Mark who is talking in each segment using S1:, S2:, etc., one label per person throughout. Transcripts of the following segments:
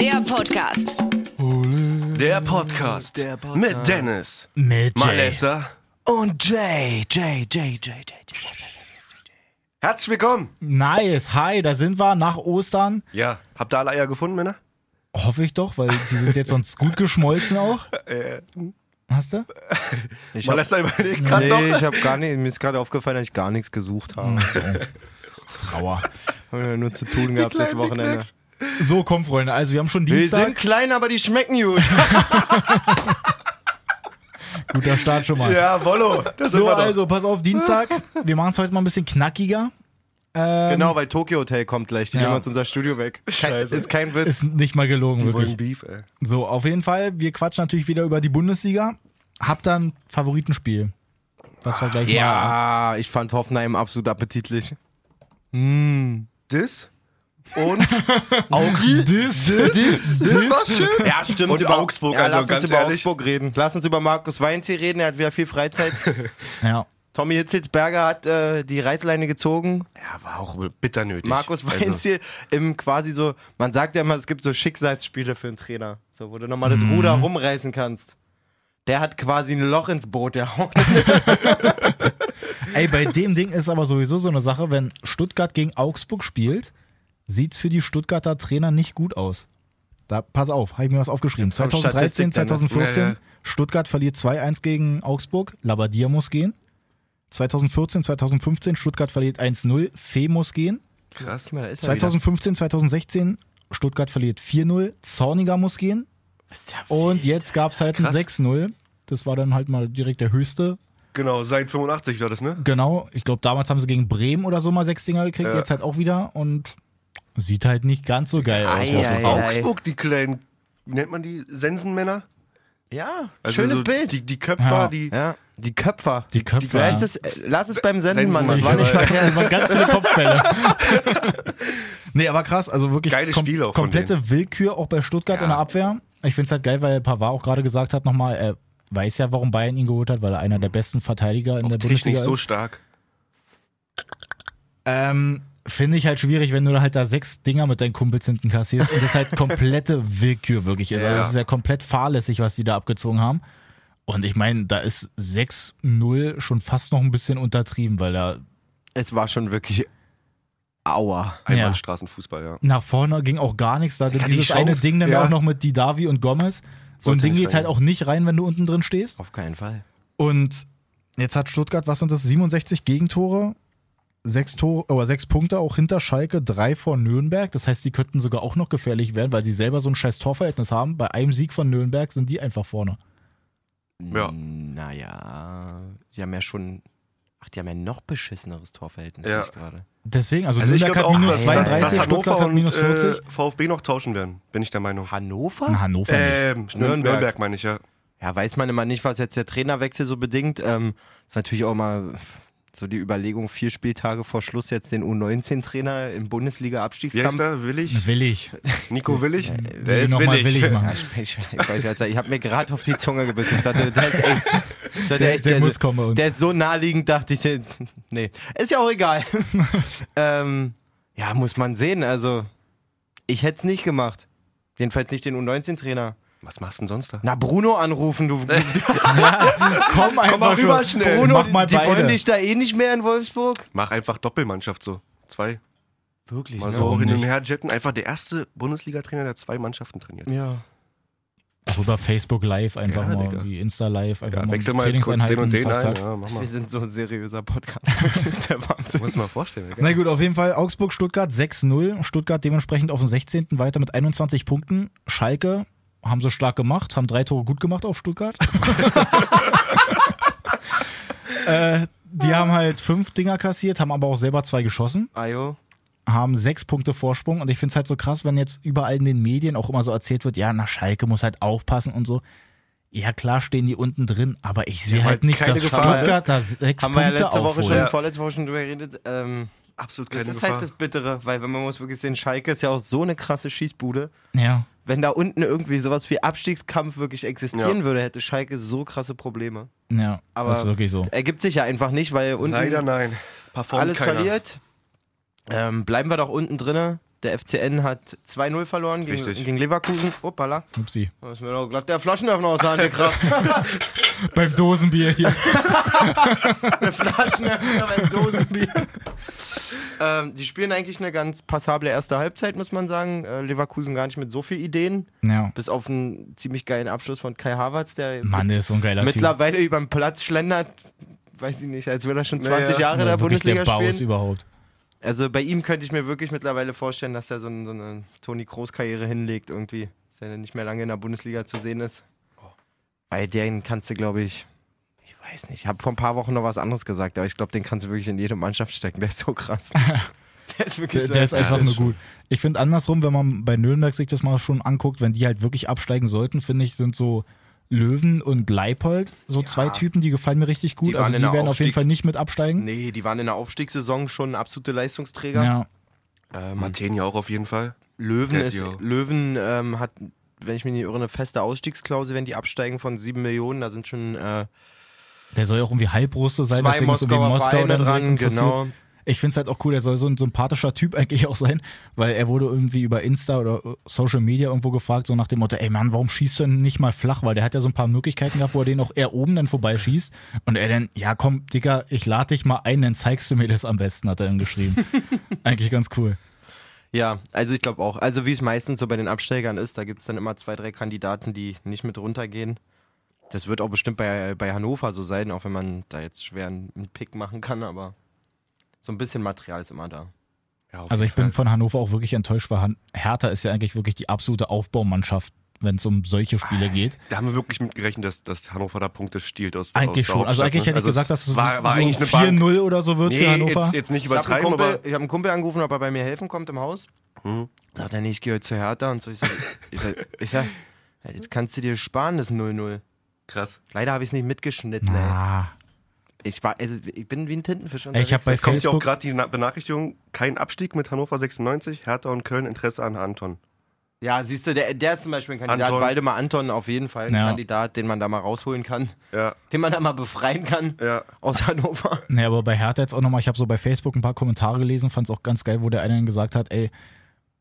S1: Der Podcast.
S2: Der Podcast, mit Dennis,
S3: Mit Jay.
S2: Malessa.
S4: Und Jay, Jay, Jay, Jay, Jay, Jay.
S2: Herzlich willkommen.
S3: Nice, hi, da sind wir nach Ostern.
S2: Ja, habt ihr alle Eier gefunden, Männer?
S3: Hoffe ich doch, weil die sind jetzt sonst gut geschmolzen auch. Hast du?
S4: Ich hab,
S2: Malessa überlegt gerade
S4: nee,
S2: noch.
S4: ich hab gar nicht, mir ist gerade aufgefallen, dass ich gar nichts gesucht habe.
S3: Trauer.
S4: Haben wir nur zu tun gehabt das Wochenende.
S3: So, komm, Freunde, also wir haben schon
S4: Wir sind
S3: Dienstag.
S4: klein, aber die schmecken gut.
S3: Guter Start schon mal.
S2: Ja, Wollo. Das sind
S3: so,
S2: wir doch.
S3: also, pass auf, Dienstag. Wir machen es heute mal ein bisschen knackiger.
S4: genau, weil Tokyo Hotel kommt gleich. Die
S3: Ja.
S4: nehmen uns unser Studio weg. Kein,
S3: Scheiße.
S4: ist kein Witz.
S3: Ist nicht mal gelogen,
S2: Wir
S3: wirklich.
S2: wollen Beef, ey.
S3: So, auf jeden Fall, wir quatschen natürlich wieder über die Bundesliga. Hab dann Favoritenspiel. Was wir gleich mal.
S4: ja, ich fand Hoffenheim absolut appetitlich.
S2: Das und Augsburg.
S3: Dis, dis, dis.
S4: Ja, stimmt.
S2: Und Augsburg,
S4: ja,
S2: also
S4: lass
S2: ganz
S4: uns über
S2: ehrlich.
S4: Augsburg reden. Lass uns über Markus Weinzierl reden, er hat wieder viel Freizeit.
S3: Ja.
S4: Tommy Hitzelsberger hat äh, die Reißleine gezogen.
S2: Ja, war auch bitter nötig. Also,
S4: Markus Weinzierl im quasi so, man sagt ja immer, es gibt so Schicksalsspiele für einen Trainer, so wo du nochmal das
S2: Mhm.
S4: Ruder rumreißen kannst. Der hat quasi ein Loch ins Boot, der haut.
S3: Ey, bei dem Ding ist aber sowieso so eine Sache, wenn Stuttgart gegen Augsburg spielt, sieht's für die Stuttgarter Trainer nicht gut aus. Da, pass auf, habe ich mir was aufgeschrieben.
S4: kommt
S3: 2013,
S4: Statistik dann, ne?
S3: 2014,
S2: Ja, ja.
S3: Stuttgart verliert 2-1 gegen Augsburg, Labadia muss gehen. 2014, 2015, Stuttgart verliert 1-0, Fee muss gehen.
S2: krass.
S4: Da ist er
S3: 2015, 2016, Stuttgart verliert 4-0, Zorniger muss gehen.
S4: wieder.
S3: Und jetzt gab's halt ein
S2: krass.
S3: 6-0. Das war dann halt mal direkt der höchste
S2: Genau, seit 85 war das, ne?
S3: Genau, ich glaube, damals haben sie gegen Bremen oder so mal sechs Dinger gekriegt,
S2: Ja.
S3: jetzt halt auch wieder und sieht halt nicht ganz so geil aus.
S4: Ei, ei, ei.
S2: Augsburg, die kleinen, wie nennt man die? Sensenmänner?
S4: ja,
S2: Also
S4: schönes
S2: so
S4: Bild.
S2: Die, die Köpfer,
S3: Ja.
S2: die.
S4: ja, die Köpfer.
S3: Die Köpfe.
S4: Vielleicht ist, äh, lass es beim Senden, Mann. Das
S2: Sensenmann.
S4: war nicht
S2: Ja.
S4: verkehrt.
S3: Das waren ganz viele Kopfbälle. nee, aber krass, also wirklich
S2: Geiles Spiel auch von
S3: komplette Willkür auch bei Stuttgart in der Abwehr. Ich finde es halt geil, weil Pavard auch gerade gesagt hat nochmal, er weiß ja, warum Bayern ihn geholt hat, weil er einer der besten Verteidiger in
S2: Auch
S3: der
S2: technisch
S3: Bundesliga
S2: so
S3: ist.
S2: stark.
S3: Ähm, finde ich halt schwierig, wenn du da halt da sechs Dinger mit deinen Kumpels hinten kassierst und das halt komplette Willkür wirklich ist. Also
S2: Ja.
S3: das ist ja komplett fahrlässig, was die da abgezogen haben. Und ich meine, da ist 6-0 schon fast noch ein bisschen untertrieben, weil da
S4: Es war schon wirklich Aua.
S2: Einbahnstraßenfußball, ja.
S3: nach vorne ging auch gar nichts. Da
S2: die
S3: dieses
S2: Chance-
S3: eine Ding dann
S2: ja.
S3: auch noch mit Didavi und Gomez. So ein
S2: Sollte
S3: Ding
S2: nicht
S3: geht halt
S2: rein.
S3: auch nicht rein, wenn du unten drin stehst.
S4: Auf keinen Fall.
S3: Und jetzt hat Stuttgart, was sind das, 67 Gegentore, sechs, Tore, äh, oder sechs Punkte auch hinter Schalke, drei vor Nürnberg. Das heißt, die könnten sogar auch noch gefährlich werden, weil die selber so ein scheiß Torverhältnis haben. Bei einem Sieg von Nürnberg sind die einfach vorne.
S2: Ja.
S4: Naja, die haben ja schon. Ach, die haben ja ein noch beschisseneres Torverhältnis,
S2: Ja.
S4: sehe ich gerade.
S3: Deswegen, also,
S2: ich
S3: Nürnberg
S2: glaub
S3: hat minus
S2: dass-
S3: 32,
S2: dass
S3: Stuttgart
S2: Hannover
S3: hat minus
S2: und,
S3: 40.
S2: Äh, VfB noch tauschen werden, bin ich der Meinung.
S4: Hannover?
S3: Na, Hannover nicht.
S2: Ähm, Nürnberg.
S4: Nürnberg.
S2: Nürnberg meine ich, ja.
S4: Ja, weiß man immer nicht, was jetzt der Trainerwechsel so bedingt. Ähm, ist natürlich auch mal so die Überlegung, vier Spieltage vor Schluss jetzt den U19-Trainer im
S2: Wie heißt
S4: Bundesliga-Abstiegskampf.
S2: der? Willig?
S3: Willig.
S2: Nico Willig?
S3: Will
S2: Der
S3: ich
S2: ist
S3: nochmal
S2: willig.
S3: willig
S4: Ja,
S3: machen.
S4: ich, ich, ich, weiß, Alter, ich habe mir gerade auf die Zunge gebissen. Ich dachte, der ist echt. ich dachte,
S3: Der-
S4: echt,
S3: der muss kommen bei uns.
S4: Der ist so naheliegend, dachte ich. der- Nee, ist ja auch egal. ähm, ja, muss man sehen. Also, ich hätte es nicht gemacht. Jedenfalls nicht den U19-Trainer.
S2: Was machst du denn sonst da?
S4: Na, Bruno anrufen, du. du
S3: Komm einfach
S2: mal rüber
S3: schon.
S2: schnell.
S4: Bruno,
S3: Mach mal
S4: die wollen
S3: beide.
S4: dich da eh nicht mehr in Wolfsburg.
S2: Mach einfach Doppelmannschaft so. Zwei.
S4: Wirklich,
S2: Mal
S4: ne?
S2: so
S3: warum
S2: hin und
S3: nicht?
S2: her jetten. Einfach der erste Bundesliga-Trainer, der zwei Mannschaften trainiert.
S4: Ja.
S3: Über Facebook Live einfach
S2: Ja,
S3: mal,
S2: Digga.
S3: irgendwie Insta Live, einfach
S2: Ja,
S3: mal um
S2: wechsel mal jetzt kurz den und
S3: Trainingseinheiten,
S2: den
S3: zack,
S2: ein.
S3: zack.
S2: Ja, mach mal.
S4: Wir sind so ein seriöser Podcast. Das ist der Wahnsinn.
S2: Muss mal vorstellen. gell?
S3: Na gut, auf jeden Fall Augsburg, Stuttgart 6-0. Stuttgart dementsprechend auf dem 16. weiter mit 21 Punkten. Schalke haben sie stark gemacht, haben drei Tore gut gemacht auf Stuttgart. äh, die haben halt fünf Dinger kassiert, haben aber auch selber zwei geschossen,
S4: Ajo.
S3: haben sechs Punkte Vorsprung und ich finde es halt so krass, wenn jetzt überall in den Medien auch immer so erzählt wird, ja, na Schalke muss halt aufpassen und so. Ja klar stehen die unten drin, aber ich sehe
S2: haben
S3: halt
S2: halt
S3: nicht,
S2: keine
S3: dass
S2: Gefahr,
S3: Stuttgart da sechs
S4: ne? Haben wir ja
S3: Punkte
S4: letzte Woche schon,
S3: aufholt.
S4: vorletzte Woche schon drüber geredet. Ähm,
S2: Absolut
S4: Das
S2: keine
S4: ist
S2: Gefahr.
S4: halt das Bittere, weil wenn man muss wirklich sehen, Schalke ist ja auch so eine krasse Schießbude.
S3: Ja.
S4: Wenn da unten irgendwie sowas wie Abstiegskampf wirklich existieren
S2: Ja.
S4: würde, hätte Schalke so krasse Probleme.
S3: Ja,
S4: Aber-
S3: das ist wirklich so.
S4: Ergibt sich ja einfach nicht, weil unten
S2: Leider nein. Performt
S4: alles
S2: keiner.
S4: verliert. Ähm, bleiben wir doch unten drinne. Der FCN hat 2-0 verloren gegen,
S2: Richtig.
S4: gegen Leverkusen. Uppala.
S3: Upsi.
S4: Da ist mir doch glatt der Flaschenöffner aus der Hand gekracht.
S3: Beim Dosenbier hier.
S4: der Flaschenöffner beim Dosenbier. ähm, die spielen eigentlich eine ganz passable erste Halbzeit, muss man sagen. Äh, Leverkusen gar nicht mit so viel Ideen.
S3: Ja.
S4: Bis auf einen ziemlich geilen Abschluss von Kai Havertz, der
S3: Mann, der ist so ein geiler Typ.
S4: mittlerweile über den Platz schlendert. Weiß ich nicht, als würde er schon 20 Jahre in
S3: Ja,
S4: der
S3: wirklich
S4: Bundesliga
S3: der Baus
S4: spielen.
S3: überhaupt.
S4: Also bei ihm könnte ich mir wirklich mittlerweile vorstellen, dass er so, ein- so eine Toni Kroos-Karriere hinlegt irgendwie. Dass er nicht mehr lange in der Bundesliga zu sehen ist. Bei den kannst du, glaube ich, ich weiß nicht, ich habe vor ein paar Wochen noch was anderes gesagt, aber ich glaube, den kannst du wirklich in jede Mannschaft stecken. Der ist so krass. der ist wirklich
S3: Der,
S4: so
S3: der ist einfach
S2: ist
S3: nur
S2: schon-
S3: gut. Ich finde andersrum, wenn man bei Nürnberg sich das mal schon anguckt, wenn die halt wirklich absteigen sollten, finde ich, sind so Löwen und Leipold so zwei Typen, die gefallen mir richtig gut.
S4: Die waren
S3: also die
S4: in der
S3: werden auf jeden
S4: Aufstiegs-
S3: Fall nicht mit absteigen.
S4: Nee, die waren in der Aufstiegssaison schon absolute Leistungsträger.
S3: ja.
S4: Ähm,
S2: Martin ja auch auf jeden Fall.
S4: Löwen,
S2: Ja,
S4: ist,
S2: die auch.
S4: Löwen ähm, hat, wenn ich mich nicht irre, eine feste Ausstiegsklausel, wenn die absteigen von 7 Millionen, da sind schon äh,
S3: Der soll ja auch irgendwie Halbrusse sein,
S4: zwei
S3: deswegen ist irgendwie
S4: Moskauer
S3: Moskau
S4: Vereine
S3: dann direkt
S4: dran,
S3: interessiert.
S4: genau.
S3: Ich finde es halt auch cool, er soll so ein sympathischer Typ eigentlich auch sein, weil er wurde irgendwie über Insta oder äh, Social Media irgendwo gefragt, so nach dem Motto, ey Mann, warum schießt du denn nicht mal flach? Weil der hat ja so ein paar Möglichkeiten gehabt, wo er den auch eher oben dann vorbeischießt. Und er dann, ja komm, Dicker, ich lade dich mal ein, dann zeigst du mir das am besten, hat er dann geschrieben. eigentlich ganz cool.
S4: Ja, also ich glaube auch. Also wie es meistens so bei den Absteigern ist, da gibt es dann immer zwei, drei Kandidaten, die nicht mit runtergehen. Das wird auch bestimmt bei, bei Hannover so sein, auch wenn man da jetzt schwer einen einen Pick machen kann, aber so ein bisschen Material ist immer da.
S2: Ja, auf
S3: Also ich
S2: jeden
S3: bin
S2: Fall.
S3: von Hannover auch wirklich enttäuscht, weil Han Hertha ist ja eigentlich wirklich die absolute Aufbaumannschaft, wenn es um solche Spiele geht.
S2: Da haben wir wirklich mit gerechnet, dass, dass Hannover da Punkte stiehlt aus
S3: Eigentlich
S2: aus der
S3: schon. Also
S2: Hauptstadt,
S3: eigentlich
S2: ne?
S3: hätte ich gesagt, dass es
S2: war, war
S3: so
S2: eigentlich eine Bank.
S3: 4-0 oder so wird für
S2: Nee,
S3: Hannover.
S2: jetzt, jetzt nicht
S4: Ich habe einen,
S2: übertreiben,
S4: Kumpel-
S2: aber
S4: ich hab einen Kumpel angerufen, ob er bei mir helfen kommt im Haus.
S2: Hm.
S4: Sagt er, nee, ich gehe heute zu Hertha und so. Ich sag, ich sag, ich sag ja, jetzt kannst du dir sparen, das 0-0.
S2: krass.
S4: Leider habe ich es nicht mitgeschnitten, ey.
S3: Ah.
S4: Ich, war, also, ich bin wie ein Tintenfisch
S3: Ey,
S4: unterwegs.
S3: ich habe bei
S2: Es kommt ja auch
S3: Facebook
S2: gerade die Na- Benachrichtigung, kein Abstieg mit Hannover 96, Hertha und Köln, Interesse an Anton.
S4: Ja, siehst du, der, der ist zum Beispiel ein Kandidat.
S2: Anton.
S4: Waldemar Anton auf jeden Fall ein
S3: Ja.
S4: Kandidat, den man da mal rausholen kann,
S2: Ja,
S4: den man da mal befreien kann
S2: ja.
S4: aus Hannover.
S3: Nee, aber bei Hertha jetzt auch nochmal, ich habe so bei Facebook ein paar Kommentare gelesen, fand es auch ganz geil, wo der eine dann gesagt hat, ey,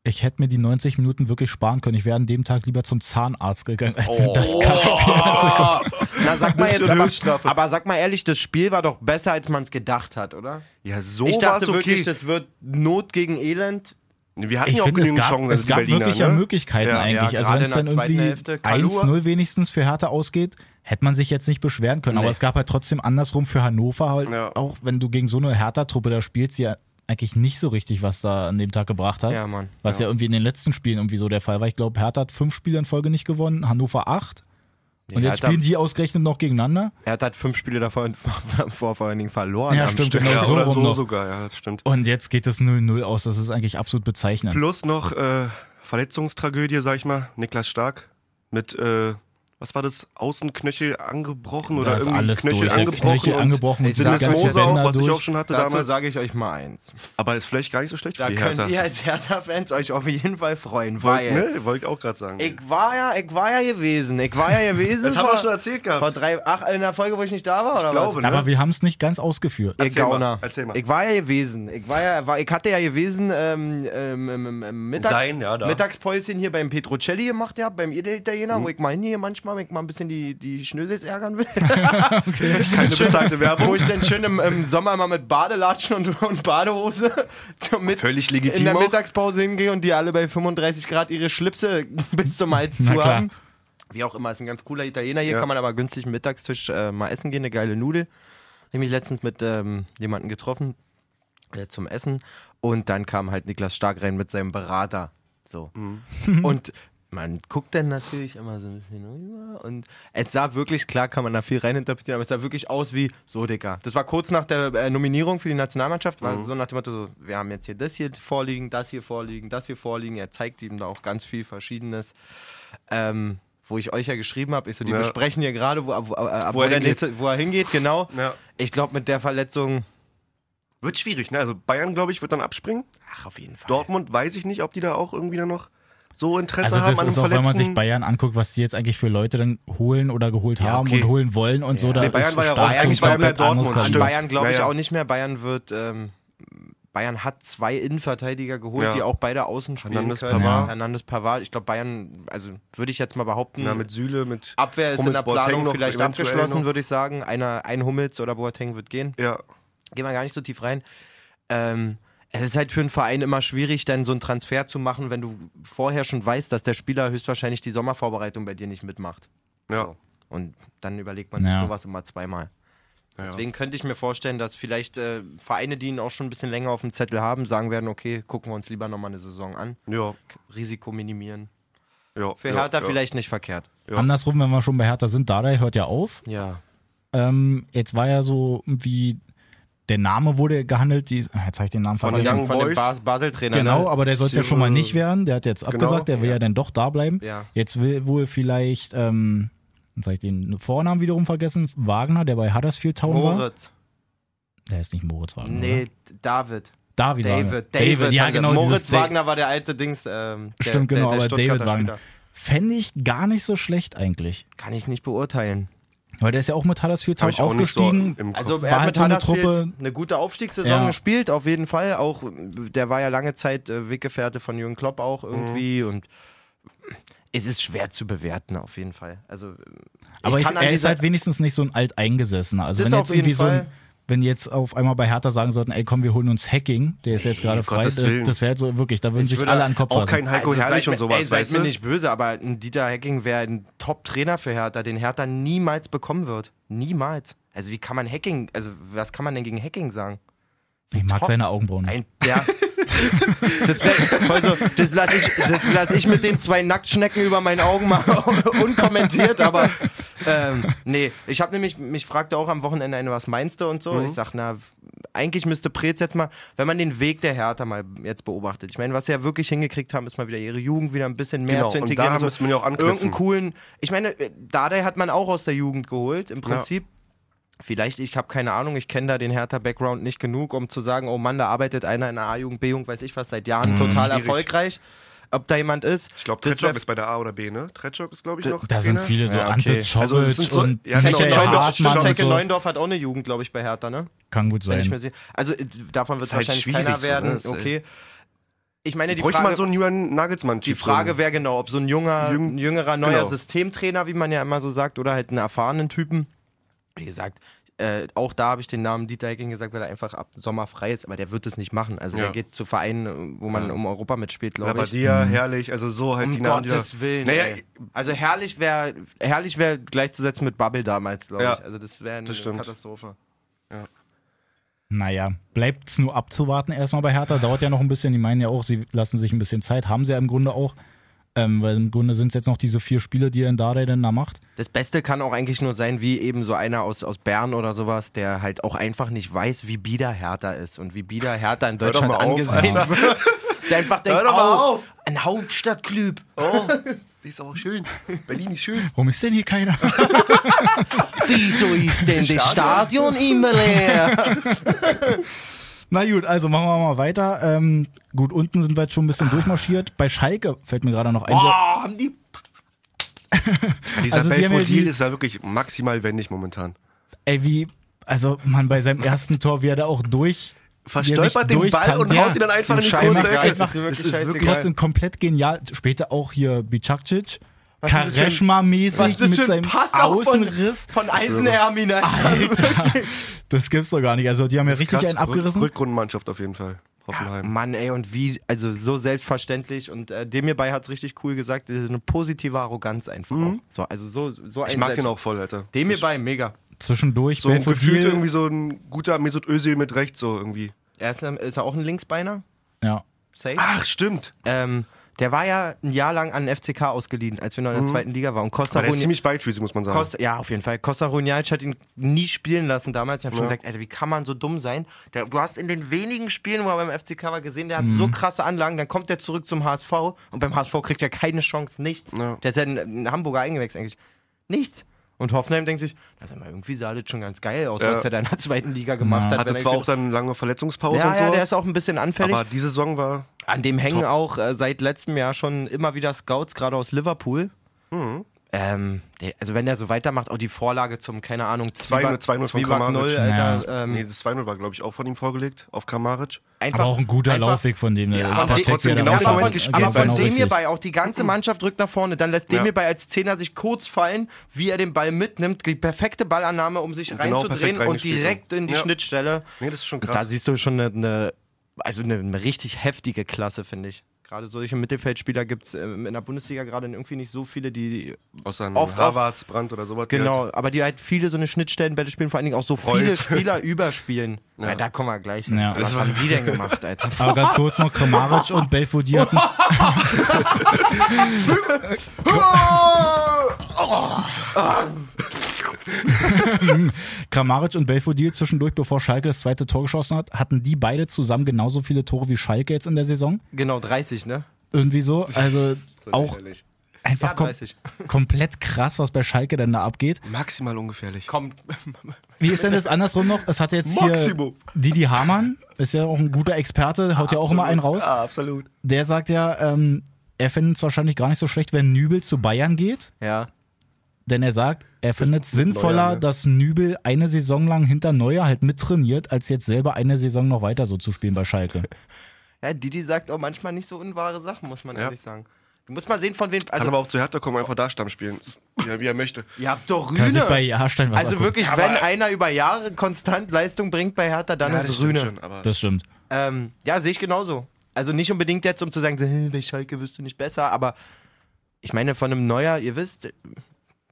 S3: ich hätte mir die 90 Minuten wirklich sparen können. Ich wäre an dem Tag lieber zum Zahnarzt gegangen, als mir das Kampfspiel anzugucken.
S4: Na, sag mal
S2: Das ist
S4: jetzt,
S2: schon
S4: aber,
S2: Höchststrafe.
S4: aber sag mal ehrlich, das Spiel war doch besser, als man es gedacht hat, oder?
S2: Ja, so war
S4: ich
S2: es
S4: dachte
S2: okay.
S4: wirklich, das wird Not gegen Elend.
S2: wir hatten
S3: Ich
S2: ja auch
S3: finde, es
S2: genügend
S3: gab,
S2: Chancen,
S3: es
S2: die
S3: gab
S2: Berliner,
S3: wirklich
S2: ne?
S3: ja Möglichkeiten
S2: Ja,
S3: eigentlich.
S4: ja,
S3: also
S4: gerade
S3: wenn es
S4: in
S3: dann
S4: der zweiten
S3: irgendwie
S4: Hälfte, Kalua.
S3: 1-0 wenigstens für Hertha ausgeht, hätte man sich jetzt nicht beschweren können. Aber
S4: Nee.
S3: es gab halt trotzdem andersrum für Hannover halt,
S2: Ja.
S3: auch wenn du gegen so eine Hertha-Truppe da spielst, die ja eigentlich nicht so richtig was da an dem Tag gebracht hat.
S4: Ja, Mann.
S3: Was ja. irgendwie in den letzten Spielen irgendwie so der Fall war. Ich glaube, Hertha hat fünf Spiele in Folge nicht gewonnen, Hannover acht. Und jetzt
S4: Ja, Hertha-
S3: spielen die ausgerechnet noch gegeneinander.
S4: Er hat halt fünf Spiele davon vor, vor allen Dingen verloren.
S3: Ja,
S4: am
S3: stimmt,
S4: Stück.
S3: genau.
S2: Ja,
S3: so
S2: oder
S3: rum
S2: so
S3: noch.
S2: sogar, ja, das stimmt.
S3: Und jetzt geht es 0-0 aus. Das ist eigentlich absolut bezeichnend.
S2: Plus noch äh, Verletzungstragödie, sag ich mal, Niklas Stark mit, äh, was war das, Außenknöchel angebrochen oder
S3: da ist
S2: irgendwie
S3: alles
S2: Knöchel
S3: durch.
S2: angebrochen.
S3: Knöchel
S2: und
S3: angebrochen.
S4: Ich
S3: die
S4: sag,
S3: ganzen
S2: Syndesmose auch,
S3: Bänder
S2: was ich
S3: durch.
S2: auch schon hatte
S4: Dazu
S2: damals.
S4: sage ich euch mal eins.
S2: Aber ist vielleicht gar nicht so schlecht
S4: Da
S2: für die
S4: könnt
S2: Hertha.
S4: ihr als Hertha-Fans euch auf jeden Fall freuen,
S2: Wollt-
S4: weil
S2: ne, wollte ich auch gerade sagen.
S4: ich war ja, ich war ja gewesen, ich war ja gewesen.
S2: das haben
S4: vor-
S2: wir schon erzählt
S4: Vor
S2: gehabt.
S4: drei, ach, in der Folge, wo ich nicht da war, oder
S2: glaube,
S4: was?
S2: ne?
S3: Aber wir haben es nicht ganz ausgeführt.
S4: Ihr
S2: Erzähl mal,
S4: Gauner.
S2: erzähl mal.
S4: Ich war ja gewesen. Ich, war ja, war, ich hatte ja gewesen ähm, ähm, ähm, ähm, ähm, Mittags,
S2: Sein, ja, da. Mhm.
S4: Mittagspäuschen hier beim Petrocelli gemacht, ja, beim Edelitaliener, wo ich mal hingehe manchmal, wenn ich mal ein bisschen die, die Schnösels ärgern will.
S2: Keine bezahlte
S4: wo
S2: Werbung.
S4: ich dann schön im, im Sommer mal mit Badelatschen und, und Badehose zum mit,
S2: Völlig
S4: in der
S2: legitim auch.
S4: Mittagspause hingehe und die alle bei 35 Grad ihre Schlipse bis zum Hals
S3: Na
S4: zu
S3: klar.
S4: haben. Wie auch immer, ist ein ganz cooler Italiener hier,
S2: Ja.
S4: kann man aber günstig einen Mittagstisch äh, mal essen gehen, eine geile Nudel. Hab mich letztens mit ähm, jemandem getroffen äh, zum Essen und dann kam halt Niklas Stark rein mit seinem Berater. So. Und man guckt dann natürlich immer so ein bisschen rüber und es sah wirklich, klar kann man da viel reininterpretieren, aber es sah wirklich aus wie so, Digga. Das war kurz nach der äh, Nominierung für die Nationalmannschaft, war so nach dem Motto, so, wir haben jetzt hier das hier vorliegen, das hier vorliegen, das hier vorliegen. Er zeigt ihm da auch ganz viel Verschiedenes. Ähm, wo ich euch ja geschrieben habe, ich so, die
S2: Ja.
S4: besprechen hier gerade, wo, wo, äh, wo,
S2: Wo
S4: er
S2: er
S4: der
S2: hingeht.
S4: nächste, wo er hingeht, genau.
S2: Ja.
S4: Ich glaube, mit der Verletzung,
S2: Wird schwierig, ne? Also Bayern, glaube ich, wird dann abspringen.
S4: ach, auf jeden Fall.
S2: Dortmund weiß ich nicht, ob die da auch irgendwie dann noch so Interesse
S3: Also
S2: haben
S3: das
S2: an einem
S3: ist auch,
S2: Verletzten.
S3: wenn man sich Bayern anguckt, was die jetzt eigentlich für Leute dann holen oder geholt
S2: Ja,
S3: haben
S2: okay.
S3: und holen wollen und so. Da
S2: Nee, Bayern
S3: ist
S2: war ja
S3: Stark
S2: raus.
S3: so ein
S2: Eigentlich war ja
S3: komplett
S2: mehr Dortmund,
S3: anderes
S4: An
S2: stimmt.
S3: Kaliber.
S4: Bayern glaube ich
S2: Naja.
S4: auch nicht mehr. Bayern wird ähm, Bayern hat zwei Innenverteidiger geholt,
S2: Ja.
S4: die auch beide außen spielen
S2: Hernandez,
S4: können.
S2: Pavard.
S4: Ja. Hernandez Pavard. Ich glaube, Bayern, also würde ich jetzt mal behaupten,
S2: Na, mit Süle, mit.
S4: Abwehr ist in
S2: Hummels,
S4: der
S2: Boateng
S4: Planung
S2: noch
S4: vielleicht
S2: eventuell
S4: abgeschlossen,
S2: noch.
S4: würde ich sagen. Einer, ein Hummels oder Boateng wird gehen.
S2: Ja,
S4: Gehen wir gar nicht so tief rein. Ähm, es ist halt für einen Verein immer schwierig, dann so einen Transfer zu machen, wenn du vorher schon weißt, dass der Spieler höchstwahrscheinlich die Sommervorbereitung bei dir nicht mitmacht.
S2: ja.
S4: Und dann überlegt man
S3: Ja.
S4: sich sowas immer zweimal. Deswegen könnte ich mir vorstellen, dass vielleicht äh, Vereine, die ihn auch schon ein bisschen länger auf dem Zettel haben, sagen werden, okay, gucken wir uns lieber nochmal eine Saison an.
S2: Ja,
S4: Risiko minimieren.
S2: ja.
S4: Für
S2: ja,
S4: Hertha
S2: ja.
S4: vielleicht nicht verkehrt.
S2: Ja.
S3: Andersrum, wenn wir schon bei Hertha sind, Dardai hört ja auf.
S4: Ja.
S3: Ähm, jetzt war ja so wie der Name wurde gehandelt. Die, ah, jetzt habe ich den Namen
S2: Von
S4: Von,
S3: vergessen.
S2: Young
S4: dem- von dem
S2: Boys.
S4: Bas Basel-Trainer.
S3: Genau,
S4: ne?
S3: aber der soll es ja schon mal nicht werden. Der hat jetzt
S2: Genau.
S3: abgesagt, der will ja,
S4: Ja.
S3: dann doch da bleiben.
S4: Ja.
S3: Jetzt will wohl vielleicht, ähm, jetzt habe ich den Vornamen wiederum vergessen, Wagner, der bei Huddersfield Town war.
S4: Moritz.
S3: Der ist nicht Moritz Wagner.
S4: Nee,
S3: oder?
S4: David.
S3: David. Wagner.
S4: David. David.
S3: ja
S4: Hansa.
S3: genau.
S4: Moritz
S3: dieses Da-
S4: Wagner war der alte Dings. Ähm, der,
S3: Stimmt, genau,
S4: der, der
S3: aber David
S4: Stuttgarter
S3: Wagner.
S4: Spieler.
S3: Fände ich gar nicht so schlecht eigentlich.
S4: Kann ich nicht beurteilen.
S3: Weil der ist ja auch mit Huddersfield
S2: Hab
S3: Town
S2: ich auch nicht so
S3: aufgestiegen.
S2: im Kopf.
S4: Also
S3: War
S4: er hat
S3: halt
S4: mit
S3: so eine
S4: Huddersfield
S3: Truppe-
S4: eine gute Aufstiegssaison
S3: Ja.
S4: gespielt, auf jeden Fall. Auch äh, der war ja lange Zeit äh, Weggefährte von Jürgen Klopp auch irgendwie
S3: Mhm.
S4: und es ist schwer zu bewerten, auf jeden Fall. Also äh,
S3: aber ich,
S4: kann an
S3: er ist
S4: dieser-
S3: halt wenigstens nicht so ein alteingesessener. Also
S4: Das
S3: wenn
S4: auf
S3: jetzt irgendwie
S4: jeden
S3: so ein,
S4: Fall.
S3: wenn jetzt auf einmal bei Hertha sagen sollten, ey komm, wir holen uns Hacking, der ist jetzt gerade frei,
S2: Gottes
S3: äh,
S2: Willen.
S3: das wäre halt so wirklich, da würden
S4: Ich
S3: sich
S4: würde
S3: alle an den Kopf
S2: Auch
S3: fassen.
S2: kein Heiko
S4: also
S2: Herrlich
S4: seid
S2: und
S4: mir-
S2: sowas,
S4: Ey, seid
S2: weißt
S4: mir
S2: du?
S4: nicht böse, aber ein Dieter Hacking wäre ein Top-Trainer für Hertha, den Hertha niemals bekommen wird. Niemals. Also wie kann man Hacking, also was kann man denn gegen Hacking sagen?
S3: ich mag
S4: Top.
S3: seine Augenbrauen. nicht.
S4: Ein, ja. Das, wär, also, das lasse ich, das lass ich mit den zwei Nacktschnecken über meinen Augen mal unkommentiert, aber ähm, nee, ich habe nämlich, mich fragte auch am Wochenende eine, was meinst du und so.
S2: Mhm.
S4: Ich sag, na, eigentlich müsste Preetz jetzt mal, wenn man den Weg der Hertha mal jetzt beobachtet. Ich meine, was sie ja wirklich hingekriegt haben, ist mal wieder ihre Jugend wieder ein bisschen mehr
S2: Genau,
S4: zu
S2: und
S4: integrieren.
S2: daran
S4: so.
S2: müssen wir ja auch anknüpfen.
S4: Irgendeinen coolen, ich meine, äh, Dardai hat man auch aus der Jugend geholt, im Prinzip. Vielleicht, ich habe keine Ahnung, ich kenne da den Hertha-Background nicht genug, um zu sagen, oh Mann, da arbeitet einer in der A-Jugend, B-Jugend, weiß ich was, seit Jahren total
S2: Mhm, schwierig.
S4: erfolgreich. Ob da jemand ist.
S2: Ich glaube,
S4: Das
S2: Tretschok
S4: wär-
S2: ist bei der A oder B, ne? Tretschok ist, glaube ich, noch.
S3: Da sind
S2: Trainer.
S3: viele so
S4: Ja, okay.
S2: Also,
S3: Ante
S2: das
S3: Czovic
S2: sind so-
S3: und
S2: ja,
S4: Zecke
S3: Michael
S2: Neuendorf-
S3: Hartmann und
S4: Zecke
S3: so.
S4: Neuendorf hat auch eine Jugend, glaube ich, bei Hertha, ne?
S3: Kann gut
S4: Wenn ich mir
S3: sein.
S4: sehe. Also äh, davon wird
S2: Ist halt
S4: wahrscheinlich
S2: schwierig
S4: keiner
S2: so, ne?
S4: werden.
S2: Ist, äh,
S4: Okay. Ich meine, die
S2: Bräuchte
S4: Frage,
S2: man so einen Julian Nagelsmann-Typ?
S4: die Frage
S2: so
S4: wäre genau, ob so ein junger,
S2: Jüng-
S4: ein jüngerer neuer
S2: Genau.
S4: Systemtrainer, wie man ja immer so sagt, oder halt einen erfahrenen Typen. Wie gesagt, äh, auch da habe ich den Namen Dieter Hecking gesagt, weil er einfach ab Sommer frei ist, aber der wird es nicht machen. Also
S2: Ja.
S4: der geht zu Vereinen, wo man um Europa mitspielt,
S2: einen-
S4: glaube ich.
S2: Labadia, herrlich, also so halt die
S4: Um
S2: Namen. die da-
S4: Gottes Willen.
S2: Naja,
S4: ey. Also herrlich wäre herrlich wäre gleichzusetzen mit Bubble damals, glaube
S2: Ja,
S4: ich. Also das wäre eine
S2: das stimmt.
S4: Katastrophe.
S3: Naja, bleibt es nur abzuwarten erstmal bei Hertha. Dauert ja noch ein bisschen. Die meinen ja auch, sie lassen sich ein bisschen Zeit. Haben sie ja im Grunde auch. Ähm, weil im Grunde sind es jetzt noch diese vier Spiele, die er in Dardai denn da macht.
S4: Das Beste kann auch eigentlich nur sein, wie eben so einer aus, aus Bern oder sowas, der halt auch einfach nicht weiß, wie bieder Hertha ist und wie bieder Hertha in
S2: Hör doch
S4: Deutschland
S2: mal auf,
S4: angesehen wird. Der einfach denkt,
S2: doch mal
S4: oh,
S2: auf."
S4: ein Hauptstadtklub.
S2: Oh, die ist auch schön. Berlin ist schön.
S3: Warum ist denn hier keiner?
S4: Wieso ist denn das Stadion immer leer?
S3: Na gut, also machen wir mal weiter. Ähm, gut, unten sind wir jetzt schon ein bisschen durchmarschiert. Bei Schalke fällt mir gerade noch ein.
S4: Boah, haben die
S2: Ja, dieser also
S3: Also die haben ja die-
S2: ist ja wirklich maximal wendig momentan.
S3: Ey, wie, also man bei seinem ersten Tor, wie er da auch durch.
S2: Verstolpert den Ball
S3: durchtanzt.
S2: und
S3: Ja,
S2: haut ihn dann einfach in die
S3: Scheiße,
S2: Kurve.
S3: macht einfach-
S2: Das ist
S4: ist wirklich
S2: wirklich
S4: scheißegal.
S3: Trotzdem komplett genial. Später auch hier Bicakcic.
S4: Was ist das für ein- was
S3: Kareshma-mäßig
S4: ist das
S3: mit
S4: für ein
S3: seinem
S4: Pass auch von-
S3: Außenriss.
S4: von Eisenhermin einfach.
S3: Das gibt's doch gar nicht. Also die haben ja richtig
S2: krass.
S3: einen abgerissen.
S2: Rück- Rückrundenmannschaft auf jeden Fall. Hoffenheim.
S4: Mann, ey, und wie, also so selbstverständlich. Und äh, dem hierbei hat es richtig cool gesagt, das ist eine positive Arroganz einfach. Auch. So, also so, so ein
S2: Mhm. ich mag den
S4: Selbst-
S2: auch voll, Alter.
S4: Dem hierbei, mega.
S3: Zwischendurch
S2: So gefühlt
S3: Belfodil.
S2: irgendwie so ein guter Mesut Özil mit rechts so irgendwie.
S4: Er ist, ähm, ist er auch ein Linksbeiner?
S3: Ja.
S4: Safe.
S2: Ach, stimmt.
S4: Ähm, der war ja ein Jahr lang an den FCK ausgeliehen, als wir noch in der zweiten Liga waren. Und
S2: Mhm.
S4: Costa
S2: Aber der ist
S4: Runi-
S2: ziemlich beidfüßig, muss man sagen.
S4: Costa, ja, auf jeden Fall. Costa Runjaic hat ihn nie spielen lassen damals. Ich habe schon gesagt, Alter, wie kann man so dumm sein? Der, du hast in den wenigen Spielen, wo er beim FCK war, gesehen, der hat
S2: Mhm.
S4: so krasse Anlagen, dann kommt der zurück zum HSV und beim HSV kriegt er keine Chance, nichts.
S2: Ja.
S4: Der ist ja ein, ein Hamburger eingewechselt eigentlich. Nichts. Und Hoffenheim denkt sich, na, sag mal, irgendwie sah das schon ganz geil aus,
S2: Ja.
S4: was der da in der zweiten Liga gemacht hat.
S2: Hatte
S4: wenn er
S2: zwar auch
S4: gefühlt-
S2: dann lange Verletzungspause und
S4: ja, ja,
S2: sowas.
S4: der ist auch ein bisschen anfällig.
S2: aber die Saison war Mhm.
S4: An dem hängen auch äh, seit letztem Jahr schon immer wieder Scouts, gerade aus Liverpool. Ähm, der, also wenn er so weitermacht, auch die Vorlage zum, keine Ahnung,
S2: 2-0
S4: Zwieback,
S2: 2-0 von
S4: Zwieback
S2: Kramaric.
S4: 0, Alter. Ähm,
S2: Nee, das 2-0 war, glaube ich, auch von ihm vorgelegt, auf Kramaric.
S4: einfach,
S3: Aber auch ein guter
S4: einfach,
S3: Laufweg von dem. ne?
S4: Ja,
S3: Also
S4: von dem-
S3: perfekt,
S2: trotzdem
S3: wie er
S2: genau
S3: da
S4: Ja,
S2: im
S4: aber
S2: Moment
S4: von,
S3: aufsteht.
S2: gespielt,
S4: aber
S2: weil
S4: von
S3: Genau
S4: dem
S3: richtig.
S4: hierbei auch die ganze Mannschaft drückt nach vorne. Dann lässt dem
S2: Ja.
S4: hierbei als Zehner sich kurz fallen, wie er den Ball mitnimmt, die perfekte Ballannahme, um sich
S2: Genau, perfekt
S4: reinzudrehen und
S2: reingespielt,
S4: direkt
S2: ja.
S4: in die
S2: Ja.
S4: Schnittstelle.
S2: Nee, das ist schon
S4: Da
S2: krass.
S4: siehst du schon eine, eine also eine, eine richtig heftige Klasse, finde ich. Gerade solche Mittelfeldspieler gibt es in der Bundesliga gerade irgendwie nicht so viele, die
S2: Außer einem
S4: oft-
S2: Harvards, Brandt oder sowas. die
S4: genau, aber die halt viele so eine Schnittstellenbälle spielen, vor allen Dingen auch so
S2: Reus.
S4: viele Spieler überspielen.
S2: Ja.
S4: Ja. da kommen wir gleich.
S3: Ja.
S4: Was haben Ah. die denn gemacht, Alter?
S3: Aber ganz kurz noch, Kramaric und Belfodil hatten Kramaric und Belfodil zwischendurch, bevor Schalke das zweite Tor geschossen hat, hatten die beide zusammen genauso viele Tore wie Schalke jetzt in der Saison.
S4: Genau, 30, ne?
S3: Irgendwie so. Also
S2: halt
S3: auch
S2: lächerlich.
S3: einfach
S4: Ja,
S3: kom
S4: 30.
S3: komplett krass, was bei Schalke dann da abgeht.
S2: Maximal ungefährlich.
S4: Kommt.
S3: Wie ist denn das andersrum noch? Es hat jetzt hier
S2: Maximo.
S3: Didi Hamann, ist ja auch ein guter Experte, haut ja auch immer einen raus.
S2: Ja, absolut.
S3: Der sagt ja, ähm, er findet es wahrscheinlich gar nicht so schlecht, wenn Nübel zu Bayern geht.
S4: Ja.
S3: Denn er sagt, er findet es sinnvoller,
S2: Neuer, ne?
S3: dass Nübel eine Saison lang hinter Neuer halt mittrainiert, als jetzt selber eine Saison noch weiter so zu spielen bei Schalke.
S4: Ja, Didi sagt auch manchmal nicht so unwahre Sachen, muss man
S2: Ja.
S4: ehrlich sagen. Du musst mal sehen, von wem.
S2: Kann
S4: Also,
S2: aber auch zu Hertha kommen, einfach da Stamm spielen. Ja, wie er möchte.
S4: ihr habt doch
S3: Kann sich bei
S4: Rühne.
S3: Jahrstein was
S4: Also
S3: abgucken.
S4: wirklich,
S2: Aber-
S4: wenn einer über Jahre konstant Leistung bringt bei Hertha, dann ist es
S2: stimmt
S4: Rühne.
S2: schon, aber
S3: Das stimmt.
S4: Ähm, ja, sehe ich genauso. Also nicht unbedingt jetzt, um zu sagen, so, "Hm, bei Schalke wirst du nicht besser, aber ich meine, von einem Neuer, ihr wisst,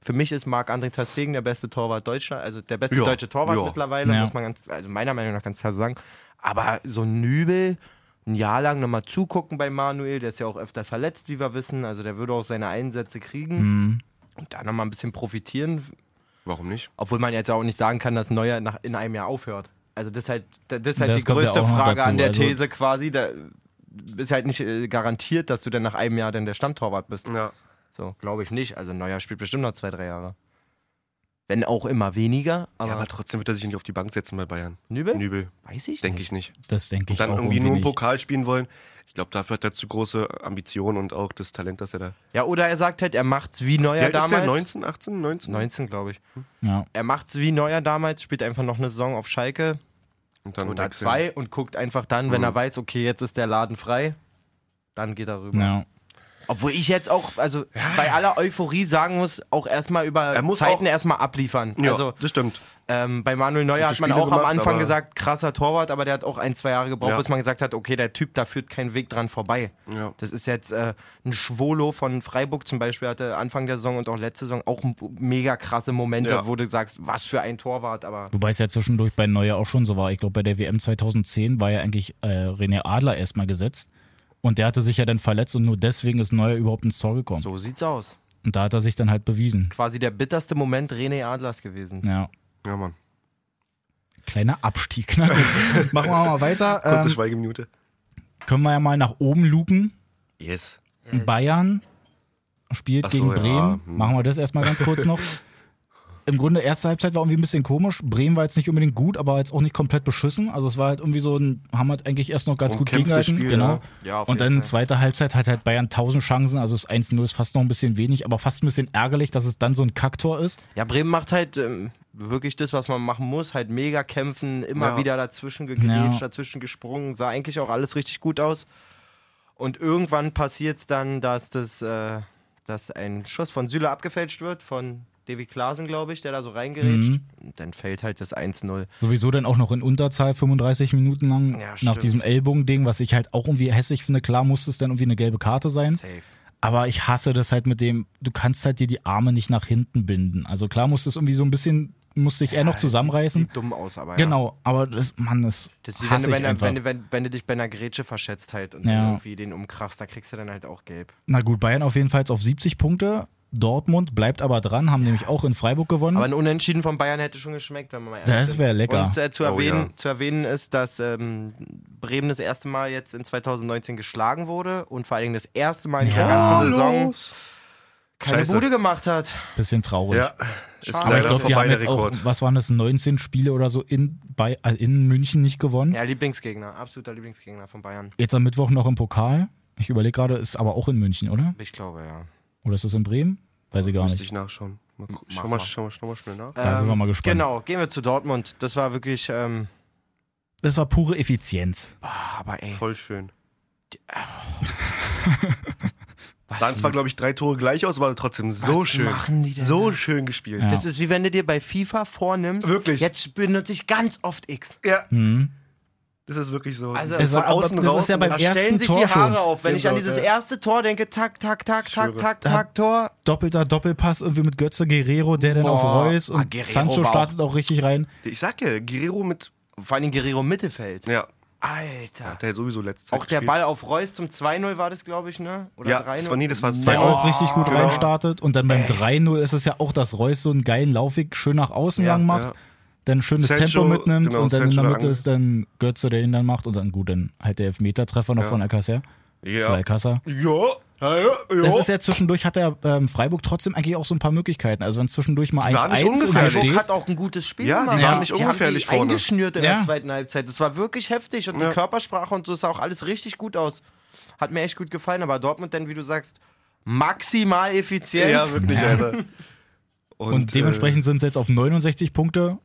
S4: für mich ist Marc-André Tastegen der beste Torwart Deutschland, also der beste
S2: Ja,
S4: deutsche Torwart
S2: ja.
S4: mittlerweile,
S3: Ja.
S4: muss man ganz, also meiner Meinung nach ganz klar so sagen. Aber so ein Nübel, ein Jahr lang nochmal zugucken bei Manuel, der ist ja auch öfter verletzt, wie wir wissen, also der würde auch seine Einsätze
S2: Hm.
S4: kriegen
S3: Mhm.
S4: und da nochmal ein bisschen profitieren,
S2: warum nicht?
S4: obwohl man jetzt auch nicht sagen kann, dass Neuer nach, in einem Jahr aufhört. Also das ist halt, das ist halt
S3: Das
S4: die
S3: kommt ja
S4: größte
S3: auch noch
S4: Frage
S3: dazu.
S4: an der
S3: Also-
S4: These quasi. Da ist halt nicht äh, garantiert, dass du dann nach einem Jahr dann der Stammtorwart bist.
S2: Ja.
S4: So, glaube ich nicht. Also Neuer spielt bestimmt noch zwei, drei Jahre. Wenn auch immer weniger, aber,
S2: ja, aber trotzdem wird er sich nicht auf die Bank setzen bei Bayern.
S4: Nübel?
S2: Nübel,
S4: Weiß ich
S2: denke
S4: nicht.
S2: ich nicht.
S3: Das denke ich
S2: Dann
S3: auch
S2: irgendwie nur einen
S3: nicht.
S2: Pokal spielen wollen. Ich glaube, dafür hat er zu große Ambitionen und auch das Talent, dass er da.
S4: Ja, oder er sagt halt, er macht's wie Neuer
S2: Ja, ist
S4: damals.
S2: der 19, 18, 19?
S4: 19, glaube ich.
S3: Ja.
S4: Er macht's wie Neuer damals, spielt einfach noch eine Saison auf Schalke
S2: Und dann
S4: oder
S2: wechseln.
S4: zwei und guckt einfach dann, wenn
S2: Mhm.
S4: er weiß, okay, jetzt ist der Laden frei, dann geht er rüber.
S3: Ja.
S4: Obwohl ich jetzt auch, also bei aller Euphorie sagen muss, auch erstmal über
S2: Er muss
S4: Zeiten
S2: auch-
S4: erstmal abliefern.
S2: Ja,
S4: also
S2: das stimmt.
S4: ähm, bei Manuel Neuer
S2: Gute
S4: hat man
S2: Spiele
S4: auch am
S2: gemacht,
S4: Anfang
S2: aber-
S4: gesagt, krasser Torwart, aber der hat auch ein, zwei Jahre gebraucht,
S2: Ja.
S4: bis man gesagt hat, okay, der Typ, da führt kein Weg dran vorbei.
S2: Ja.
S4: Das ist jetzt äh, ein Schwolo von Freiburg zum Beispiel, hatte Anfang der Saison und auch letzte Saison auch m- mega krasse Momente,
S2: Ja.
S4: wo du sagst, was für ein Torwart, aber
S3: Wobei es ja zwischendurch bei Neuer auch schon so war. Ich glaube, bei der WM 2010 war ja eigentlich äh, René Adler erstmal gesetzt. Und der hatte sich ja dann verletzt und nur deswegen ist Neuer überhaupt ins Tor gekommen.
S4: so sieht's aus.
S3: Und da hat er sich dann halt bewiesen.
S4: Quasi der bitterste Moment René Adlers gewesen.
S3: Ja.
S2: Ja, Mann.
S3: Kleiner Abstieg. Na gut. Machen wir mal weiter.
S2: Kurze
S3: Ähm,
S2: Schweigeminute.
S3: können wir ja mal nach oben luken.
S2: Yes.
S3: Bayern spielt
S2: Mhm. Ach so,
S3: gegen
S2: ja,
S3: Bremen.
S2: hm.
S3: Machen wir das erstmal ganz kurz noch. Im Grunde, erste Halbzeit war irgendwie ein bisschen komisch. Bremen war jetzt nicht unbedingt gut, aber jetzt auch nicht komplett beschissen. Also es war halt irgendwie so ein, haben halt eigentlich erst noch ganz gut
S2: Umkämpftes
S3: gegengehalten.
S2: Spiel,
S3: genau.
S2: ja.
S4: Ja, auf
S3: Und
S4: jeden
S3: dann
S4: Fall.
S3: zweite Halbzeit hat halt Bayern 1000 Chancen. Also das 1-0 ist fast noch ein bisschen wenig, aber fast ein bisschen ärgerlich, dass es dann so ein Kacktor ist.
S4: Ja, Bremen macht halt ähm, wirklich das, was man machen muss, halt mega kämpfen, immer
S2: Ja.
S4: wieder dazwischen gegrätscht,
S3: Ja.
S4: dazwischen gesprungen, sah eigentlich auch alles richtig gut aus. Und irgendwann passiert es dann, dass das, äh, dass ein Schuss von Süle abgefälscht wird, von Davy Klaasen, glaube ich, der da so reingerätscht.
S3: Mhm.
S4: Und dann fällt halt das 1-0.
S3: Sowieso dann auch noch in Unterzahl 35 Minuten lang
S4: Ja,
S3: nach
S4: stimmt.
S3: diesem Ellbogending, was ich halt auch irgendwie hässlich finde. Klar musste es dann irgendwie eine gelbe Karte sein.
S4: Safe.
S3: Aber ich hasse das halt mit dem, du kannst halt dir die Arme nicht nach hinten binden. Also klar musst du es irgendwie so ein bisschen, musst dich eher noch zusammenreißen.
S4: Sieht dumm aus, aber ja.
S3: Genau, aber das, Mann, das,
S4: Das ist wie wenn,
S3: hasse
S4: du bei
S3: ich
S4: einer,
S3: einfach.
S4: wenn, du- wenn, wenn du dich bei einer Grätsche verschätzt halt und
S3: Ja.
S4: dann irgendwie den umkrachst, da kriegst du dann halt auch gelb.
S3: Na gut, Bayern auf jeden Fall jetzt auf 70 Punkte. Dortmund bleibt aber dran, haben nämlich auch in Freiburg gewonnen.
S4: Aber ein Unentschieden von Bayern hätte schon geschmeckt, wenn man mal ehrlich
S3: Hm? Das
S4: sind.
S3: wär lecker.
S4: Und äh, zu,
S2: Oh,
S4: erwähnen,
S2: ja.
S4: zu erwähnen ist, dass ähm, Bremen das erste Mal jetzt in 2019 geschlagen wurde und vor allen Dingen das erste Mal in dieser ganzen Saison keine
S2: Scheiße.
S4: Bude gemacht hat.
S3: bisschen traurig.
S2: Ja, ist
S4: Aber
S3: aber ich
S2: leider
S3: glaube, die
S2: vorbei
S3: haben
S2: der
S3: jetzt auch,
S2: Rekord.
S3: was waren das, 19 Spiele oder so in, bei, äh, in München nicht gewonnen.
S4: Ja, Lieblingsgegner, absoluter Lieblingsgegner von Bayern.
S3: Jetzt am Mittwoch noch im Pokal. Ich überlege gerade, ist aber auch in München, oder?
S4: Ich glaube, ja.
S3: Oder ist das in Bremen? Weiß ich gar
S2: Müsste
S3: nicht.
S2: ich nachschauen. Mal, gu-
S4: Mach
S2: schau, mal,
S4: mal.
S2: schau, mal, schau mal schnell nach.
S3: Da sind wir mal gespannt.
S4: Genau, gehen wir zu Dortmund. Das war wirklich, ähm,
S3: Das war pure Effizienz.
S4: ah, aber ey.
S2: Voll schön.
S4: Was
S2: Sahen zwar, glaube ich, drei Tore gleich aus, aber trotzdem so
S4: was
S2: schön.
S4: machen die denn
S2: So
S4: da?
S2: schön gespielt.
S3: Ja.
S4: Das ist wie wenn du dir bei FIFA vornimmst.
S2: Wirklich.
S4: Jetzt benutze ich ganz oft X.
S2: Ja,
S3: Mhm.
S2: das ist wirklich so.
S4: Also-
S2: Das ist von
S3: aber
S2: außen
S3: das ist
S2: raus
S3: ja
S2: und
S3: beim
S2: dann-
S4: Da
S3: ersten
S4: stellen sich
S3: Tor
S4: die Haare
S3: schon.
S4: auf, wenn ich an
S2: Genau,
S4: dieses
S2: ja.
S4: erste Tor denke, tak, tak, tak,
S2: Ich
S4: tak,
S2: schwöre.
S4: tak,
S3: Da-
S4: tak, Tor.
S3: doppelter Doppelpass irgendwie mit Götze Guerrero, der dann auf
S4: Boah.
S3: Reus
S4: Ah,
S3: und
S4: Guerrero
S3: Sancho
S4: war auch-
S3: startet auch richtig rein.
S2: ich sag ja, Guerrero mit.
S4: Vor allem Guerrero Mittelfeld.
S2: Ja,
S4: Alter.
S2: hat er sowieso letzte Zeit
S4: Auch der
S2: gespielt.
S4: Ball auf Reus zum 2-0 war das, glaube ich, ne? Oder
S2: Ja,
S4: 3-0?
S2: das war nie, das war das
S3: Der
S2: 2-0.
S3: auch richtig gut
S2: Genau.
S3: reinstartet. Und dann beim 3-0 ist es ja auch, dass Reus so einen geilen Laufweg schön nach außen
S4: Ja,
S3: lang macht,
S2: ja.
S3: dann ein schönes
S2: Sancho,
S3: Tempo mitnimmt
S2: genau,
S3: und dann in der
S2: Sancho
S3: Mitte
S2: lang-
S3: ist dann Götze, der ihn dann macht und dann gut, dann halt der Elfmetertreffer noch von Alcacer.
S2: Ja. Oh.
S3: Ja. Alcacer.
S2: Ja. Ja, ja,
S3: Das ist ja zwischendurch, hat der ähm, Freiburg trotzdem eigentlich auch so ein paar Möglichkeiten. Also wenn es zwischendurch mal
S2: Die waren nicht
S3: 1-1 und dann
S2: ungefährlich.
S3: steht,
S4: Freiburg hat auch ein gutes Spiel
S2: Ja, die
S4: gemacht.
S2: waren nicht
S4: die
S2: ungefährlich
S4: haben die
S2: vorne.
S4: eingeschnürt in
S3: Ja.
S4: der zweiten Halbzeit. Das war wirklich heftig und
S2: Ja.
S4: die Körpersprache und so sah auch alles richtig gut aus. Hat mir echt gut gefallen, aber Dortmund dann, wie du sagst, maximal effizient.
S2: Ja, wirklich, Alter. äh,
S3: Und, dementsprechend sind sie jetzt auf 69 Punkte,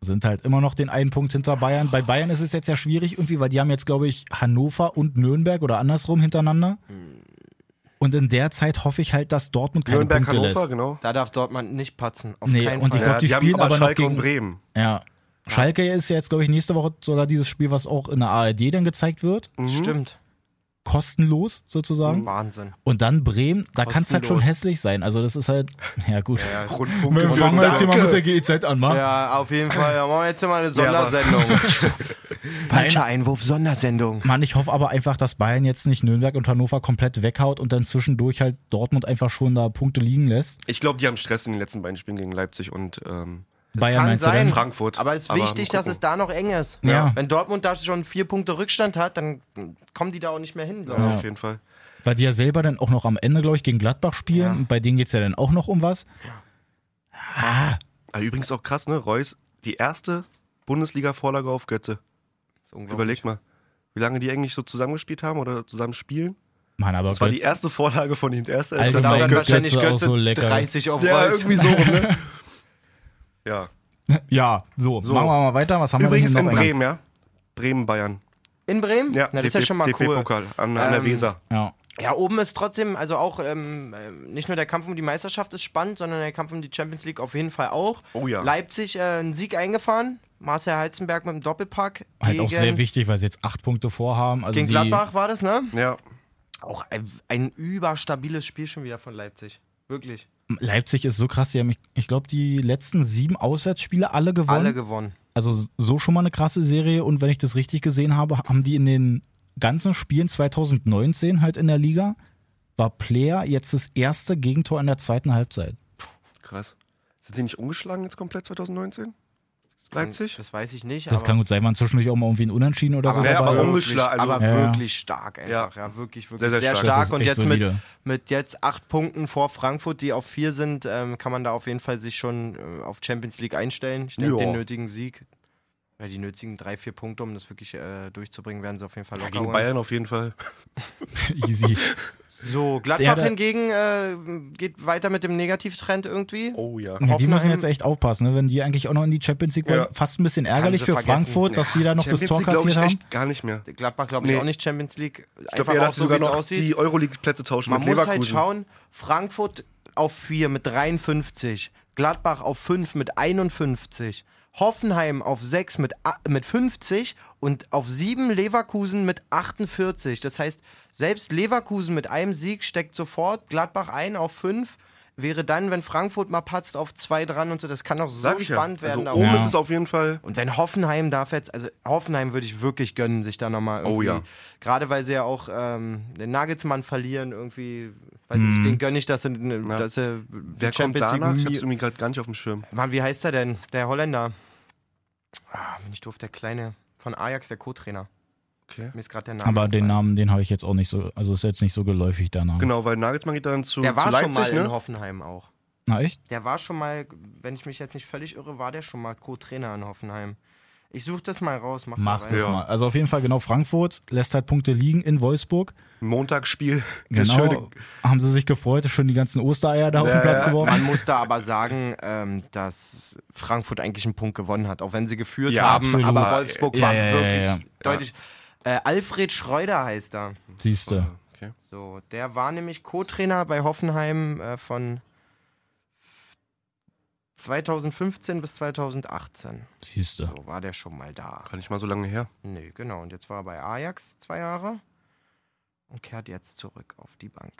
S3: sind halt immer noch den einen Punkt hinter Bayern. Bei Bayern ist es jetzt ja schwierig irgendwie, weil die haben jetzt, glaube ich, Hannover und Nürnberg oder andersrum hintereinander.
S2: Hm.
S3: Und in der Zeit hoffe ich halt, dass Dortmund
S2: äh,
S3: keine
S2: Nürnberg,
S3: Punkte
S2: Hannover,
S3: lässt.
S2: genau.
S4: Da darf Dortmund nicht patzen. Auf
S3: Nee,
S4: keinen
S3: und
S4: Fall.
S3: ich glaub, die
S2: haben
S3: spielen aber noch
S2: Schalke und
S3: gegen-
S2: Bremen.
S3: Ja. Schalke ist ja jetzt, glaube ich, nächste Woche sogar dieses Spiel, was auch in der ARD dann gezeigt wird.
S2: Mhm.
S4: Stimmt.
S3: Kostenlos sozusagen.
S4: Wahnsinn.
S3: Und dann Bremen, da kann es halt schon
S4: Kostenlos.
S3: hässlich sein. Also das ist halt, ja gut.
S2: Rundfunk.
S3: Wir
S2: und
S3: fangen wir jetzt
S2: Genau. Danke.
S3: hier mal mit der GEZ an, wa?
S4: Ja, auf jeden Fall. Da machen wir jetzt hier mal eine
S2: aber-
S4: Sondersendung. Falscher Einwurf, Sondersendung.
S3: Mann, ich hoffe aber einfach, dass Bayern jetzt nicht Nürnberg und Hannover komplett weghaut und dann zwischendurch halt Dortmund einfach schon da Punkte liegen lässt.
S2: Ich glaube, die haben Stress in den letzten beiden Spielen gegen Leipzig und ähm,
S3: Bayern
S4: kann
S3: meinst
S4: sein.
S3: du dann?
S2: Frankfurt.
S4: Aber es ist wichtig,
S2: mal
S4: dass es
S2: gucken.
S4: da noch eng ist.
S3: Ja.
S4: Wenn Dortmund da schon vier Punkte Rückstand hat, dann kommen die da auch nicht mehr hin, glaube
S2: Ja,
S3: Ja.
S2: Auf jeden Fall.
S3: Weil die ja selber dann auch noch am Ende, glaube ich, gegen Gladbach spielen.
S4: Ja.
S3: Und bei denen geht es ja dann auch noch um was. Ah,
S2: Aber übrigens auch krass, ne? Reus, die erste Bundesliga-Vorlage auf Götze.
S4: ich. Unglaublich.
S2: Überleg mal, wie lange die eigentlich so zusammengespielt haben oder zusammen spielen.
S3: Mann, aber
S2: Das war
S3: Gott,
S2: die erste Vorlage von ihm. Der erste
S3: Alter,
S4: Das
S3: Mein
S4: war dann
S3: Götze
S4: wahrscheinlich
S3: auch
S4: Götze
S3: so lecker.
S4: 30 auf
S2: Ja,
S4: Reus.
S2: irgendwie so, ne? ja.
S3: ja, so,
S2: So.
S3: machen wir mal weiter. Was haben
S2: Übrigens
S3: wir denn
S2: in
S3: hier noch?
S2: Bremen, ja? Bremen, Bayern.
S4: In Bremen?
S2: Ja,
S4: Na, das ist ja
S2: DFB
S4: schon mal cool.
S2: DFB-Pokal an, an der
S4: Ähm,
S2: Weser.
S3: Ja.
S4: Ja, oben ist trotzdem, also auch ähm, ähm, nicht nur der Kampf um die Meisterschaft ist spannend, sondern der Kampf um die Champions League auf jeden Fall auch.
S2: Oh ja.
S4: Leipzig äh, einen Sieg eingefahren. Marcel Heizenberg mit dem Doppelpack.
S3: Halt
S4: gegen,
S3: auch sehr wichtig, weil sie jetzt acht Punkte vorhaben. Also
S4: Gegen
S3: die,
S4: Gladbach war das, ne?
S2: Ja,
S4: Auch ein, ein überstabiles Spiel schon wieder von Leipzig. Wirklich.
S3: Leipzig ist so krass. Die haben, ich, ich glaube, die letzten sieben Auswärtsspiele alle gewonnen.
S4: Alle gewonnen.
S3: Also so schon mal eine krasse Serie und wenn ich das richtig gesehen habe, haben die in den ganzen Spielen 2019 halt in der Liga, war Player jetzt das erste Gegentor in der zweiten Halbzeit.
S2: krass. Sind die nicht umgeschlagen jetzt komplett 2019? Leipzig?
S4: Das weiß ich nicht.
S3: Das
S4: aber,
S3: kann gut sein, waren zwischendurch auch mal irgendwie ein Unentschieden oder so.
S2: Ja, aber
S3: dabei.
S2: um-
S4: wirklich,
S2: ungeschlagen, also-
S4: aber
S3: Ja.
S4: wirklich stark einfach. Ja, wirklich, wirklich sehr,
S2: Sehr, sehr stark.
S4: stark.
S3: Das ist
S4: Und
S3: echt
S4: jetzt mit,
S3: solide.
S4: mit jetzt acht Punkten vor Frankfurt, die auf vier sind, ähm, kann man da auf jeden Fall sich schon äh, auf Champions League einstellen. Ich denke,
S2: Ja.
S4: den nötigen Sieg, oder die nötigen drei, vier Punkte, um das wirklich äh, durchzubringen, werden sie auf jeden Fall
S2: Ja,
S4: locker
S2: gegen
S4: holen.
S2: Bayern auf jeden Fall.
S3: Easy.
S4: So,
S3: Ja,
S4: Gladbach
S3: da-
S4: hingegen äh, geht weiter mit dem Negativtrend irgendwie.
S2: Oh ja.
S3: Ja, die
S4: Hoffenheim-
S3: müssen jetzt echt aufpassen, ne? wenn die eigentlich auch noch in die Champions League wollen.
S2: Ja.
S3: Fast ein bisschen ärgerlich
S4: sie
S3: für
S4: vergessen.
S3: Frankfurt, dass sie da noch das Tor
S2: glaube
S3: kassiert
S2: ich,
S3: haben.
S2: echt gar nicht mehr.
S4: Gladbach glaube ich
S2: Nee.
S4: auch nicht Champions League.
S2: Ich glaube
S4: Einfach
S2: eher,
S4: auch
S2: dass sie
S4: so, wie
S2: sogar
S4: es
S2: noch
S4: aussieht.
S2: die Euroleague-Plätze tauschen
S4: Man
S2: mit
S4: muss halt
S2: Leverkusen.
S4: schauen, Frankfurt auf 4 mit 53, Gladbach auf 5 mit 51, Hoffenheim auf 6 mit, a- mit 50 und auf 7 Leverkusen mit 48. Das heißt, selbst Leverkusen mit einem Sieg steckt sofort Gladbach ein auf 5. Wäre dann, wenn Frankfurt mal patzt, auf 2 dran und so. Das kann doch so
S2: Sag ich ja.
S4: spannend
S2: Also
S4: werden. da
S2: oben
S4: oben.
S3: Ja.
S2: ist es auf jeden Fall.
S4: Und wenn Hoffenheim darf jetzt, also Hoffenheim würde ich wirklich gönnen, sich da nochmal irgendwie.
S2: Oh ja.
S4: Gerade weil sie ja auch ähm, den Nagelsmann verlieren, irgendwie, weiß ich nicht, den gönne ich, dass sie, ne,
S2: Mhm. Ja.
S4: dass sie
S2: Wer kommt danach? Ich hab's
S4: League.
S2: irgendwie gerade gar nicht auf dem Schirm.
S4: Mann, wie heißt er denn? Der Holländer. Ah, bin ich doof, der Kleine von Ajax, der Co-Trainer.
S2: Okay.
S4: Mir ist gerade der Name.
S3: Aber den
S4: entfallen.
S3: Namen, den habe ich jetzt auch nicht so, also ist jetzt nicht so geläufig der Name.
S2: Genau, weil Nagelsmann geht dann zu,
S4: Der
S2: zu
S4: war schon
S2: Leipzig,
S4: mal in
S2: ne?
S4: Hoffenheim auch.
S3: Na echt?
S4: Der war schon mal, wenn ich mich jetzt nicht völlig irre, war der schon mal Co-Trainer in Hoffenheim. Ich suche das mal raus. Mach
S3: Mach
S4: mal
S3: das
S4: rein.
S2: Ja.
S3: mal. Also auf jeden Fall genau Frankfurt lässt halt Punkte liegen in Wolfsburg.
S2: Montagsspiel. Das
S3: Genau.
S2: schöne-
S3: Haben sie sich gefreut, schön die ganzen Ostereier da auf den
S2: Ja,
S3: Platz
S2: ja.
S3: geworfen.
S4: Man muss da aber sagen, ähm, dass Frankfurt eigentlich einen Punkt gewonnen hat, auch wenn sie geführt
S2: Ja,
S4: haben.
S3: absolut.
S4: Aber Wolfsburg
S3: Ja,
S4: war
S3: ja, ja,
S4: wirklich
S3: ja.
S4: deutlich. Äh, Alfred Schreuder heißt er.
S3: Siehst du.
S2: Okay.
S4: So, der war nämlich Co-Trainer bei Hoffenheim äh, von 2015 bis 2018.
S3: Siehst du.
S4: So war der schon mal da.
S2: Kann ich mal so lange her.
S4: Nö, genau. Und jetzt war er bei Ajax zwei Jahre und kehrt jetzt zurück auf die Bank.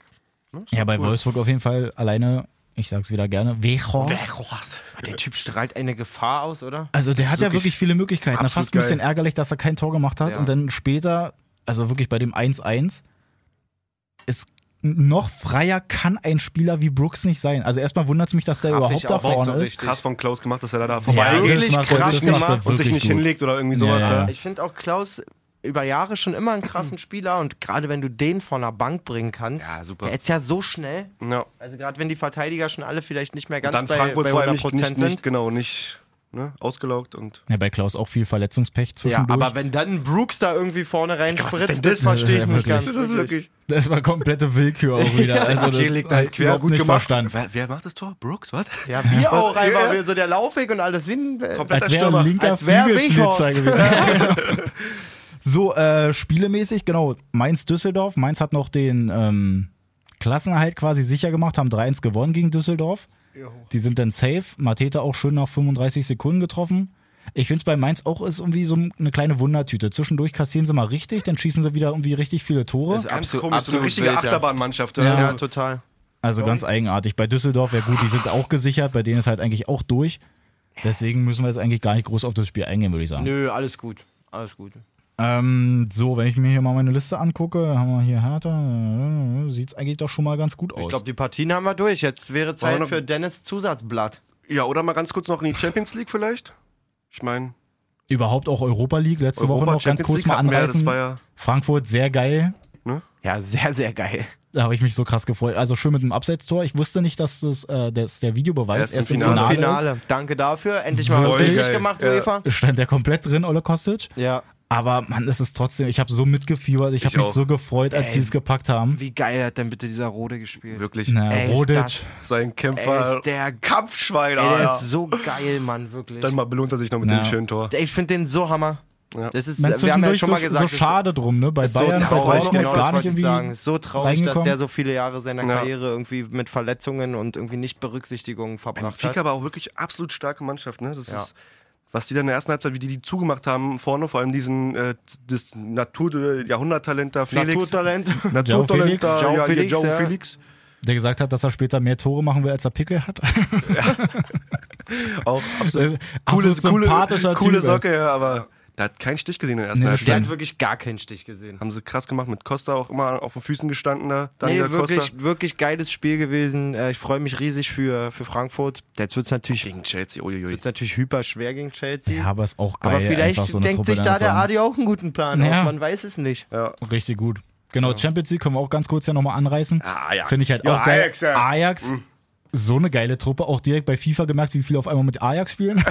S4: Ne, ist
S3: Ja,
S4: doch
S3: bei
S4: cool.
S3: Wolfsburg auf jeden Fall alleine, ich sag's wieder gerne, Wechhorst.
S4: oh, Der Typ strahlt eine Gefahr aus, oder?
S3: Also der
S2: Das
S3: hat
S2: ist
S3: ja
S2: wirklich
S3: wirklich viele Möglichkeiten. Na,
S2: absolut
S3: Fast ein bisschen
S2: geil.
S3: ärgerlich, dass er kein Tor gemacht hat.
S4: Ja.
S3: Und dann später, also wirklich bei dem 1-1, ist noch freier kann ein Spieler wie Brooks nicht sein. Also erstmal wundert es mich, dass der
S4: Raff ich
S3: überhaupt da
S4: auch nicht
S3: vorne
S4: so
S3: ist.
S4: richtig.
S2: Krass von Klaus gemacht, dass er da, da
S3: Ja,
S2: vorbeigeht
S4: wirklich
S3: macht er-
S4: krass
S3: macht er
S4: gemacht
S2: und sich
S3: wirklich
S2: nicht
S3: gut.
S2: hinlegt oder irgendwie sowas
S3: Ja, ja.
S2: da.
S4: Ich finde auch Klaus über Jahre schon immer einen krassen Spieler und gerade wenn du den von der Bank bringen kannst,
S2: Ja, super.
S4: der ist ja so schnell.
S2: Ja.
S4: Also gerade wenn die Verteidiger schon alle vielleicht nicht mehr ganz
S2: Dann
S4: bei,
S2: Frankfurt
S4: bei
S2: vor allem
S4: 100
S2: nicht, nicht,
S4: Prozent
S2: nicht
S4: sind.
S2: genau, nicht ne, ausgelaugt und
S3: Ja, bei Klaus auch viel Verletzungspech
S4: Ja,
S3: zwischendurch.
S4: aber wenn dann Brooks da irgendwie vorne
S2: denn
S4: reinspritzt,
S2: das?
S4: das verstehe ich
S3: Ja,
S4: nicht
S3: wirklich.
S4: ganz.
S2: das ist wirklich.
S3: das war komplette Willkür auch wieder. Also das
S2: Hier liegt ein
S3: hab ich
S2: quer
S3: überhaupt
S2: gut
S3: nicht
S2: gemacht.
S3: verstanden.
S2: Wer, wer macht das Tor? Brooks, was?
S4: Ja, wir
S2: Was-
S4: auch einfach,
S2: ja.
S4: wir so der Laufweg und alles. Wie ein, äh,
S2: Komplett
S3: Als wäre ein linker
S4: Als wär
S3: Flügelflitzer
S4: Wechhorst.
S3: gewesen. so, äh, spielemäßig, genau, Mainz-Düsseldorf. Mainz hat noch den ähm, Klassenerhalt quasi sicher gemacht, haben 3-1 gewonnen gegen Düsseldorf. Die sind dann safe. Mateta auch schön nach 35 Sekunden getroffen. Ich finde es bei Mainz auch ist irgendwie so eine kleine Wundertüte. Zwischendurch kassieren sie mal richtig, dann schießen sie wieder irgendwie richtig viele Tore.
S4: Ist
S2: Ganz komisch,
S4: Absolut-
S2: so eine
S4: absolut
S2: richtige
S4: wild, ja.
S2: Achterbahnmannschaft.
S3: Ja.
S4: Ja,
S2: Also,
S4: total.
S3: Also ganz eigenartig. Bei Düsseldorf, ja gut, die sind auch gesichert, bei denen ist halt eigentlich auch durch. Deswegen müssen wir jetzt eigentlich gar nicht groß auf das Spiel eingehen, würde ich sagen.
S4: Nö, alles gut. Alles gut.
S3: Ähm, so, wenn ich mir hier mal meine Liste angucke, dann haben wir hier Hertha, äh, sieht's eigentlich doch schon mal ganz gut aus.
S4: Ich glaube, die Partien haben wir durch. Jetzt wäre
S2: Wollen wir
S4: Zeit
S2: noch-
S4: für Dennis Zusatzblatt.
S2: ja, oder mal ganz kurz noch in die Champions League vielleicht? Ich meine,
S3: Überhaupt auch Europa League, letzte Woche
S2: Europa
S3: noch ganz
S2: Champions
S3: kurz
S2: League
S3: mal
S2: hatten wir ja,
S3: anreißen.
S2: das war ja
S3: Frankfurt, sehr geil.
S4: Ja, sehr, sehr geil.
S3: Da habe ich mich so krass gefreut. Also schön mit dem Abseitstor. Ich wusste nicht, dass, das, äh, dass der
S2: Erst
S3: Videobeweis
S2: im
S3: erst im
S2: Finale.
S3: Finale,
S4: Finale. Danke dafür. Endlich mal was
S3: Wirklich?
S4: richtig gemacht,
S2: Ja.
S4: UEFA.
S3: ist. Stand der komplett drin, Ole Kostic.
S4: Ja.
S3: Aber Mann, es ist trotzdem, ich habe so mitgefiebert, ich
S2: Ich
S3: habe mich
S2: auch.
S3: so gefreut, als
S4: Ey.
S3: sie es gepackt haben.
S4: Wie geil hat denn bitte dieser Rode gespielt?
S2: wirklich
S3: Na,
S4: Ey, ist
S3: Rodic.
S4: das-
S2: sein
S4: Ey,
S2: Kämpfer,
S4: ist der, ey,
S2: Kampfschwein,
S4: der
S2: Alter.
S4: ist so geil, Mann, wirklich.
S2: Dann mal belohnt er sich noch mit
S3: Ja.
S2: dem schönen Tor.
S4: Ey, ich finde den so hammer.
S2: Ja.
S4: Das ist,
S3: Man,
S4: wir haben ja
S3: zwischendurch
S4: schon mal
S3: so,
S4: gesagt,
S3: so
S4: das-
S3: schade drum, ne? Bei
S4: ist
S3: Bayern,
S4: so
S3: bei
S2: traurig,
S4: traurig,
S3: Dortmund
S4: genau, das
S3: gar nicht
S4: wollte ich sagen.
S3: irgendwie.
S4: Ist So traurig, dass
S3: reingekommen.
S4: der so viele Jahre seiner
S2: Ja.
S4: Karriere irgendwie mit Verletzungen und irgendwie Nichtberücksichtigungen verbracht
S2: Benfica
S4: hat.
S2: aber auch wirklich absolut starke Mannschaft, ne? Das
S4: Ja.
S2: ist, was die dann in der ersten Halbzeit, wie die die zugemacht haben, vorne, vor allem diesen äh, das Natur Jahrhunderttalent da Felix.
S4: Naturtalent.
S3: Joao Felix.
S2: da,
S4: Joao
S2: ja,
S4: Felix,
S2: Felix, Joe
S4: ja.
S2: Felix.
S3: Der gesagt hat, dass er später mehr Tore machen will, als er Pickel hat.
S2: Auch absolut
S3: Absolut sympathischer
S2: coole
S3: Typ. ey.
S2: Socke, ja, aber da hat keinen Stich gesehen in der ersten
S3: Nee, das
S4: Der
S2: Halbzeit.
S4: hat wirklich gar keinen Stich gesehen.
S2: Haben sie krass gemacht mit Costa auch immer auf den Füßen gestanden da.
S4: Nee,
S2: Daniel
S4: wirklich,
S2: Costa.
S4: wirklich geiles Spiel gewesen. Äh, Ich freue mich riesig für, für Frankfurt. Jetzt wird es natürlich,
S2: Gegen Chelsea, uiuiui.
S4: wird's natürlich hyper schwer gegen Chelsea.
S3: Ja, aber ist auch geil.
S4: Aber vielleicht
S3: einfach so eine
S4: denkt
S3: Truppe
S4: sich da
S3: dann zu
S4: der
S3: haben.
S4: Adi auch einen guten Plan
S3: Ja.
S4: aus. Man weiß es nicht.
S2: Ja.
S3: Richtig gut. Genau, Champions League können wir auch ganz kurz ja nochmal anreißen.
S2: Ah, ja.
S3: Finde ich halt auch
S2: Ja,
S3: geil.
S2: Ajax, ja. Mhm.
S3: Ajax, so eine geile Truppe. Auch direkt bei FIFA gemerkt, wie viele auf einmal mit Ajax spielen.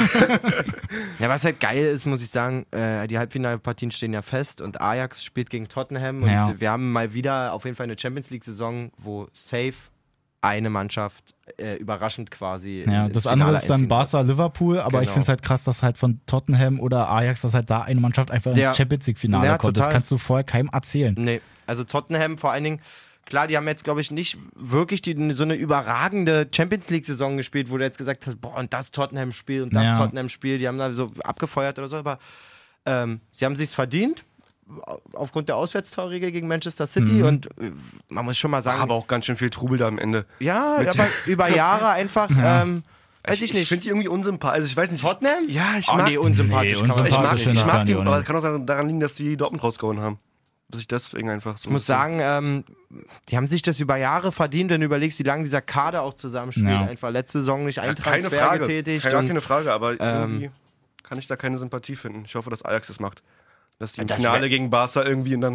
S4: Ja, was halt geil ist, muss ich sagen, äh, die Halbfinalpartien stehen ja fest und Ajax spielt gegen Tottenham und
S3: Ja.
S4: wir haben mal wieder auf jeden Fall eine Champions League-Saison, wo safe eine Mannschaft äh, überraschend quasi.
S3: ja,
S4: ins
S3: das
S4: Äh, Finale
S3: andere ist dann
S4: einziehen wird.
S3: Barca, Liverpool. Aber ich
S4: Genau.
S3: finde es halt krass, dass halt von Tottenham oder Ajax, dass halt da eine Mannschaft einfach
S4: Ja.
S3: ins Champions League-Finale
S4: Ja,
S3: kommt. Das
S4: total.
S3: kannst du vorher keinem erzählen.
S4: Nee, also Tottenham vor allen Dingen. Klar, die haben jetzt, glaube ich, nicht wirklich die, so eine überragende Champions League-Saison gespielt, wo du jetzt gesagt hast, boah, und das Tottenham-Spiel und das
S3: Ja.
S4: Tottenham-Spiel, die haben da so abgefeuert oder so, aber ähm, sie haben sich's verdient aufgrund der Auswärtstorregel gegen Manchester City und äh, man muss schon mal sagen,
S2: Mhm. Aber auch ganz schön viel Trubel da am Ende.
S4: Ja, aber über Jahre einfach, ähm, weiß ich,
S2: Ich
S4: nicht.
S2: finde die irgendwie unsympathisch. Also ich weiß nicht. ich-
S4: Tottenham?
S2: Ja, ich
S4: oh,
S2: mag
S4: nee, unsympathisch.
S3: Ah, Nee, ne?
S4: kann man
S2: Ich mag,
S3: Sympathisch,
S4: nicht.
S2: ich
S3: ja,
S2: mag
S3: kann ich
S2: die,
S3: auch
S2: aber
S3: nicht.
S2: es kann auch daran- daran liegen, dass die Dortmund rausgehauen haben. Dass ich deswegen einfach so.
S4: Ich muss sagen, ähm, die haben sich das über Jahre verdient, wenn du überlegst, wie lange dieser Kader auch zusammenspielt.
S3: Ja.
S4: Einfach letzte Saison nicht ein
S2: ja, keine
S4: Transfer
S2: Frage.
S4: getätigt.
S2: Keine,
S4: und ähm,
S2: keine Frage, aber irgendwie kann ich da keine Sympathie finden. Ich hoffe, dass Ajax es macht. Dass die im
S4: Das wär-
S2: Finale gegen Barca irgendwie und dann.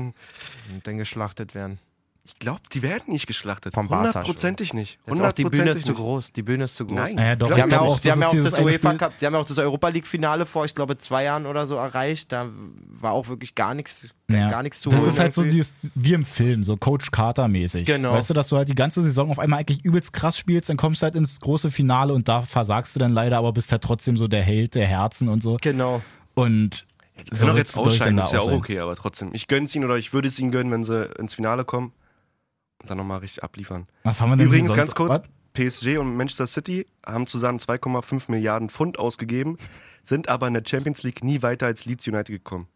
S4: und dann geschlachtet werden.
S2: Ich glaube, die werden nicht geschlachtet.
S4: Vom Barca schon.
S2: Hundertprozentig nicht.
S4: Jetzt auch die Bühne ist
S2: Hundertprozentig
S4: zu
S2: nicht.
S4: groß. Die Bühne ist zu groß.
S2: Nein.
S3: Naja, doch,
S4: Die
S3: ich
S4: haben ja
S3: glaube
S4: auch,
S3: auch,
S4: die haben ja
S3: das
S4: auch
S3: ist
S4: das
S3: dieses eine
S4: UEFA
S3: Spiel-
S4: Cup, die haben ja auch das Europa League Finale vor, ich glaube, zwei Jahren oder so erreicht. Da war auch wirklich gar nichts,
S3: Ja.
S4: gar nichts zu
S3: Das
S4: holen.
S3: ist halt so
S4: irgendwie.
S3: dieses, wie im Film, so Coach Carter mäßig.
S4: Genau.
S3: Weißt du, dass du halt die ganze Saison auf einmal eigentlich übelst krass spielst, dann kommst du halt ins große Finale und da versagst du dann leider, aber bist halt trotzdem so der Held der Herzen und so.
S4: Genau.
S3: Und
S2: Sie können auch
S3: wird's,
S2: jetzt
S3: glaub ich, dann
S2: ausscheiden,
S3: da
S2: das ist ja auch
S3: sein.
S2: okay, aber trotzdem. Ich gönn's ihnen oder ich würde es ihnen gönnen, wenn sie ins Finale kommen und dann nochmal richtig abliefern.
S3: Was haben wir denn
S2: Übrigens
S3: sonst?
S2: ganz kurz,
S3: Was?
S2: PSG und Manchester City haben zusammen 2,5 Milliarden Pfund ausgegeben, sind aber in der Champions League nie weiter als Leeds United gekommen.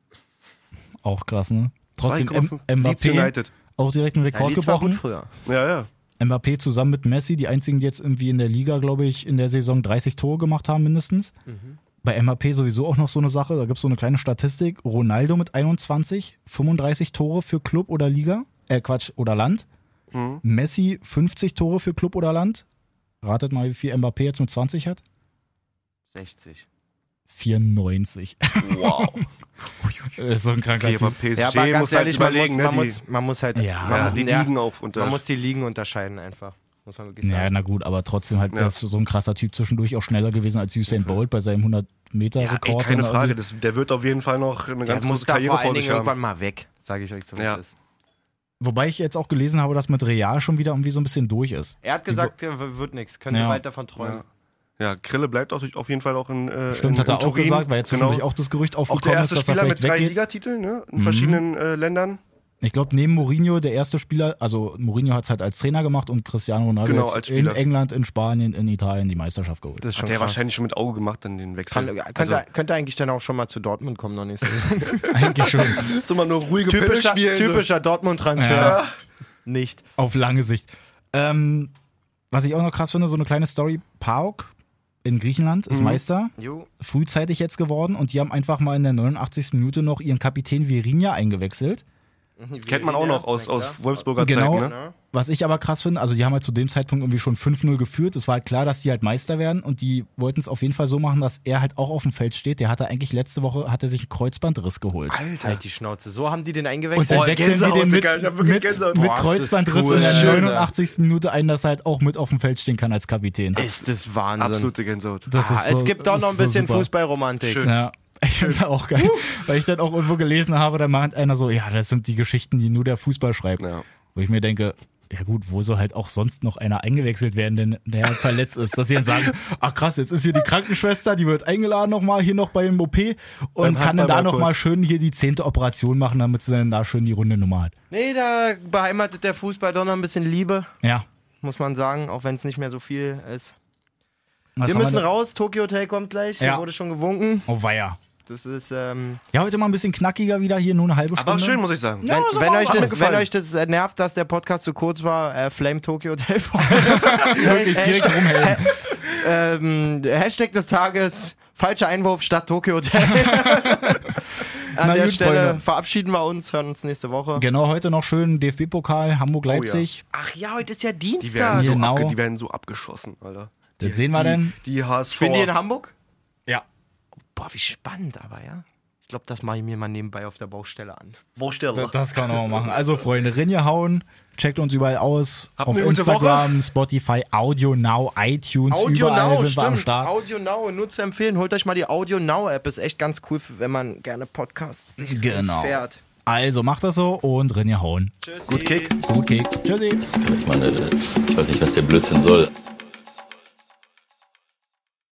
S3: Auch krass, ne? Trotzdem
S2: 2,5
S3: M
S2: Leeds
S3: Mbappé
S2: United.
S3: auch direkt einen
S4: Ja,
S3: Rekord
S4: Leeds war gut
S3: gebrochen.
S4: früher.
S2: Ja, ja.
S3: Mbappé zusammen mit Messi, die einzigen, die jetzt irgendwie in der Liga, glaube ich, in der Saison 30 Tore gemacht haben, mindestens.
S2: Mhm.
S3: Bei Mbappé sowieso auch noch so eine Sache, da gibt es so eine kleine Statistik. Ronaldo mit 21, 35 Tore für Club oder Liga, äh Quatsch, oder Land.
S2: Mhm.
S3: Messi 50 Tore für Club oder Land. Ratet mal, wie viel Mbappé jetzt mit 20 hat?
S4: 60.
S3: 94.
S2: Wow.
S3: Das ist so ein kranker
S2: Okay, aber
S3: Typ.
S2: PSG
S4: Ja, aber
S2: muss
S4: ganz
S2: halt
S4: ehrlich, man muss,
S2: überlegen,
S4: man,
S2: ne?
S4: muss, man muss halt.
S3: Ja.
S2: die,
S4: man,
S2: ja,
S4: muss-
S2: die
S4: ja,
S2: liegen äh, auch unter.
S4: man muss die Ligen unterscheiden einfach. Muss man wirklich
S3: Ja,
S4: sagen.
S3: na gut, aber trotzdem halt,
S2: Ja. Mhm.
S3: das ist so ein krasser Typ zwischendurch auch schneller gewesen als Usain Bolt bei seinem 100-Meter-Rekord.
S2: ja, ey,
S3: den
S2: keine
S3: er
S2: Frage,
S3: irgendwie-
S2: das, der wird auf jeden Fall noch eine
S4: Der
S2: ganz
S4: muss
S2: große
S4: da
S2: Karriere
S4: vor allen
S2: vor sich
S4: Dingen
S2: haben.
S4: irgendwann mal weg, sage ich euch so. wie
S2: Ja.
S4: es Ist.
S3: Wobei ich jetzt auch gelesen habe, dass mit Real schon wieder irgendwie so ein bisschen durch ist.
S4: Er hat gesagt, er w- wird nichts. Können
S3: Ja.
S4: Sie weit davon träumen.
S2: Ja. Ja, Krille bleibt auch, auf jeden Fall auch in äh,
S3: Stimmt,
S2: in,
S3: hat er
S2: in
S3: auch
S2: Turin.
S3: gesagt, weil jetzt
S2: genau.
S3: natürlich auch das Gerücht
S2: auch der
S3: aufgekommen ist,
S2: erste
S3: dass er
S2: Spieler
S3: vielleicht
S2: mit drei
S3: weggeht.
S2: Ligatiteln ne? in verschiedenen äh, Ländern.
S3: Ich glaube, neben Mourinho, der erste Spieler, also Mourinho hat es halt als Trainer gemacht und Cristiano Ronaldo
S2: Genau,
S3: jetzt
S2: als
S3: in
S2: Spieler.
S3: England, in Spanien, in Italien die Meisterschaft geholt.
S4: Das ist
S2: Hat
S4: schon
S2: der
S4: krass.
S2: wahrscheinlich schon mit Auge gemacht, dann den Wechsel. Also,
S4: Kann, könnte, könnte eigentlich dann auch schon mal zu Dortmund kommen, noch nicht so.
S3: Eigentlich schon.
S2: jetzt immer nur ruhige
S4: typischer
S2: Pille spielen.
S4: typischer Dortmund-Transfer.
S3: Ja.
S4: Nicht.
S3: Auf lange Sicht. Ähm, was ich auch noch krass finde, so eine kleine Story. Pauk in Griechenland
S2: Mhm.
S3: ist Meister.
S4: Jo.
S3: frühzeitig jetzt geworden und die haben einfach mal in der 89. Minute noch ihren Kapitän Virinha eingewechselt.
S2: Kennt man auch noch aus, aus Wolfsburger
S3: Genau.
S2: Zeiten. Ne?
S3: Was ich aber krass finde, also die haben halt zu dem Zeitpunkt irgendwie schon 5-0 geführt. Es war halt klar, dass die halt Meister werden und die wollten es auf jeden Fall so machen, dass er halt auch auf dem Feld steht. Der hatte eigentlich letzte Woche, hat er sich einen Kreuzbandriss geholt.
S4: Alter. Halt die Schnauze. So haben die den
S3: Und
S4: eingewechselt.
S3: dann
S2: Boah,
S3: wechseln sie
S2: Gänsehaut,
S3: den mit,
S2: Digga, ich hab wirklich
S3: mit,
S2: Gänsehaut.
S3: mit
S4: Boah, das
S3: Kreuzbandriss
S4: ist cool,
S3: in der
S4: Alter.
S3: 89. Minute ein, dass er halt auch mit auf dem Feld stehen kann als Kapitän.
S4: ist das Wahnsinn.
S2: Absolute Gänsehaut.
S3: Das
S4: Ah,
S3: ist so-
S4: es gibt doch
S3: ist
S4: noch ein
S3: so
S4: bisschen
S3: super.
S4: Fußballromantik.
S2: Schön. Uh.
S3: Ja, ich finde das auch geil. Weil ich dann auch irgendwo gelesen habe, da meint einer so, ja, das sind die Geschichten, die nur der Fußball schreibt.
S2: Ja.
S3: Wo ich mir denke, ja gut, wo soll halt auch sonst noch einer eingewechselt werden, denn der halt verletzt ist, dass sie dann sagen, ach krass, jetzt ist hier die Krankenschwester, die wird eingeladen nochmal hier noch bei dem OP und
S2: Beim
S3: kann dann da
S2: Handball mal
S3: nochmal
S2: kurz.
S3: schön hier die zehnte Operation machen, damit sie dann da schön die runde Nummer hat.
S4: Nee, da beheimatet der Fußball doch noch ein bisschen Liebe,
S3: Ja.
S4: muss man sagen, auch wenn es nicht mehr so viel ist.
S3: Was
S4: Wir
S3: haben
S4: müssen
S3: da?
S4: raus. Tokyo Hotel kommt gleich.
S3: Ja.
S4: Hier wurde schon gewunken.
S3: Oh weia.
S4: Das ist. Ähm,
S3: Ja, heute mal ein bisschen knackiger wieder hier, nur eine halbe Stunde.
S2: Aber schön, muss ich sagen.
S3: Ja,
S4: wenn,
S3: so
S4: wenn,
S3: war-
S4: euch
S3: hat mir
S4: das, wenn
S2: gefallen.
S4: euch das äh, nervt, dass der Podcast zu kurz war, äh, Flame Tokyo Hotel.
S3: Wirklich direkt rumhellen.
S4: ähm, Hashtag des Tages, falscher Einwurf statt Tokyo Hotel. An
S3: Na
S4: der
S3: gut,
S4: Stelle
S3: Freunde.
S4: verabschieden wir uns, hören uns nächste Woche.
S3: Genau, heute noch schön DFB-Pokal,
S2: Oh
S3: Hamburg-Leipzig.
S4: Ach ja, heute ist ja
S2: Die werden,
S4: Dienstag.
S2: so
S3: Genau.
S2: abge die werden so abgeschossen, Alter.
S3: Das sehen wir denn.
S2: Die HSV.
S4: Bin die in Hamburg?
S3: Ja.
S4: Boah, wie spannend aber, ja. Ich glaube, das mache ich mir mal nebenbei auf der Baustelle an.
S2: Baustelle.
S3: Das, das kann man auch machen. Also, Freunde, Rinje hauen. Checkt uns überall aus.
S2: Habt
S3: auf
S2: eine gute
S3: Instagram, Spotify, Audio Now, iTunes. überall sind wir am Start.
S4: Audio Now, nur zu empfehlen. Holt euch mal die Audio Now App. Ist echt ganz cool, wenn man gerne Podcasts sich
S3: Genau.
S4: fährt.
S3: Also, macht das so und Rinje hauen.
S4: Tschüss.
S2: Gut Kick.
S3: Gut Kick. Tschüssi.
S1: Ich meine, ich weiß nicht, was der Blödsinn soll.